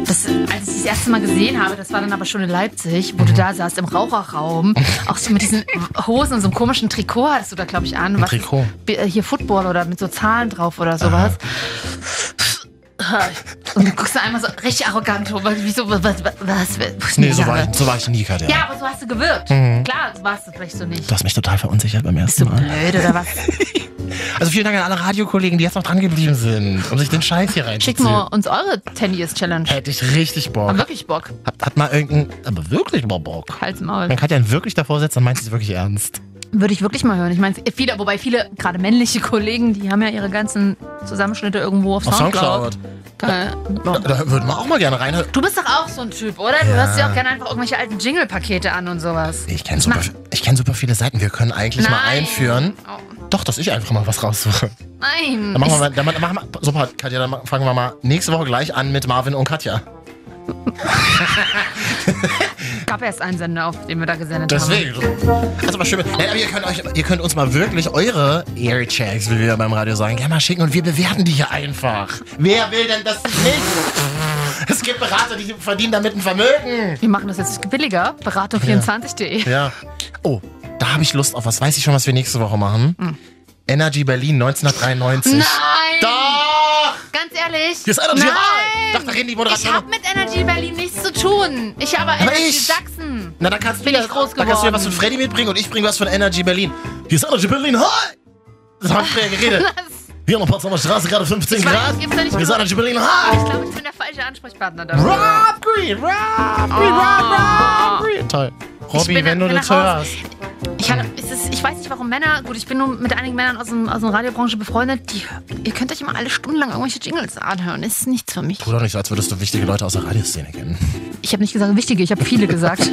Das, als ich das erste Mal gesehen habe, das war dann aber schon in Leipzig, Mhm. wo du da saßt im Raucherraum, auch so mit diesen Hosen und so einem komischen Trikot hattest du da, glaube ich, an. Ein Trikot. B- äh, Hier Football oder mit so Zahlen drauf oder sowas. Und du guckst da einmal so richtig arrogant, hoch, weil- wieso, was, was, was, was Nee, so war, ich, so war ich nie, Katja. Ja. aber so hast du gewirkt. Mhm. Klar, warst du vielleicht so nicht. Du hast mich total verunsichert beim ersten Mal. Blöd oder was? Also vielen Dank an alle Radiokollegen, die jetzt noch dran geblieben sind, um sich den Scheiß hier Schickt reinzuziehen. mal uns eure Tennis-Challenge. Hätte ich richtig Bock. Haben wirklich Bock. Hat, hat mal irgendein... Aber wirklich mal Bock. Halt's Maul. Wenn Katja einen wirklich davor setzt, dann meint sie es wirklich ernst. Würde ich wirklich mal hören. Ich meine, viele, wobei viele, gerade männliche Kollegen, die haben ja ihre ganzen Zusammenschnitte irgendwo auf Auf Soundcloud. Da, da würden wir auch mal gerne reinhören. Du bist doch auch so ein Typ, oder? Du Ja. hörst dir auch gerne einfach irgendwelche alten Jingle-Pakete an und sowas. Ich kenne super, ich kenn super viele Seiten. Wir können eigentlich mal Nein. Oh, einführen. Doch, dass ich einfach mal was raussuche. Dann Nein. machen wir Ich- mal, dann machen wir, super, Katja, dann ma- fangen wir mal nächste Woche gleich an mit Marvin und Katja. gab erst einen Sender, auf den wir da gesendet Deswegen. haben. Also mal schön. Nein, aber ihr könnt, euch, ihr könnt uns mal wirklich eure Airchecks, wie wir beim Radio sagen, gerne mal schicken und wir bewerten die hier einfach. Wer will denn das nicht? Es gibt Berater, die verdienen damit ein Vermögen. Wir machen das jetzt billiger. Beratung24.de. Ja. Oh, da habe ich Lust auf was. Weiß ich schon, was wir nächste Woche machen? Energy Berlin 1993. Nein! Doch! Ganz ehrlich? Hier ist einer Nein! Nein. Doch, da reden die Ich habe Moderatoren. mit Energy Berlin nichts zu tun. Ich habe Aber Energy ich- Sachsen. Na, da kannst, Bin du, ja- ich groß da kannst du ja was von geworden. Freddy mitbringen und ich bringe was von Energy Berlin. Hier ist Energy Berlin, hi! Das haben wir ja geredet. <laughs> Hier an der Potsdamer Straße gerade 15 Ich weiß, Grad. gibt's da nicht Hier ist genug- Energy Berlin, Ich hi! glaube, ich bin der falsche Ansprechpartner da. Rob Green, Rob Green, Rob Green. Toll. Robby, bin- wenn du bin das nach hörst. Ich, hatte, es ist, ich weiß nicht, warum Männer, gut, ich bin nur mit einigen Männern aus, dem, aus der Radiobranche befreundet, die, ihr könnt euch immer alle stundenlang irgendwelche Jingles anhören. Ist nichts für mich. Tu doch nicht so, als würdest du wichtige Leute aus der Radioszene kennen. Ich habe nicht gesagt wichtige, ich habe viele gesagt.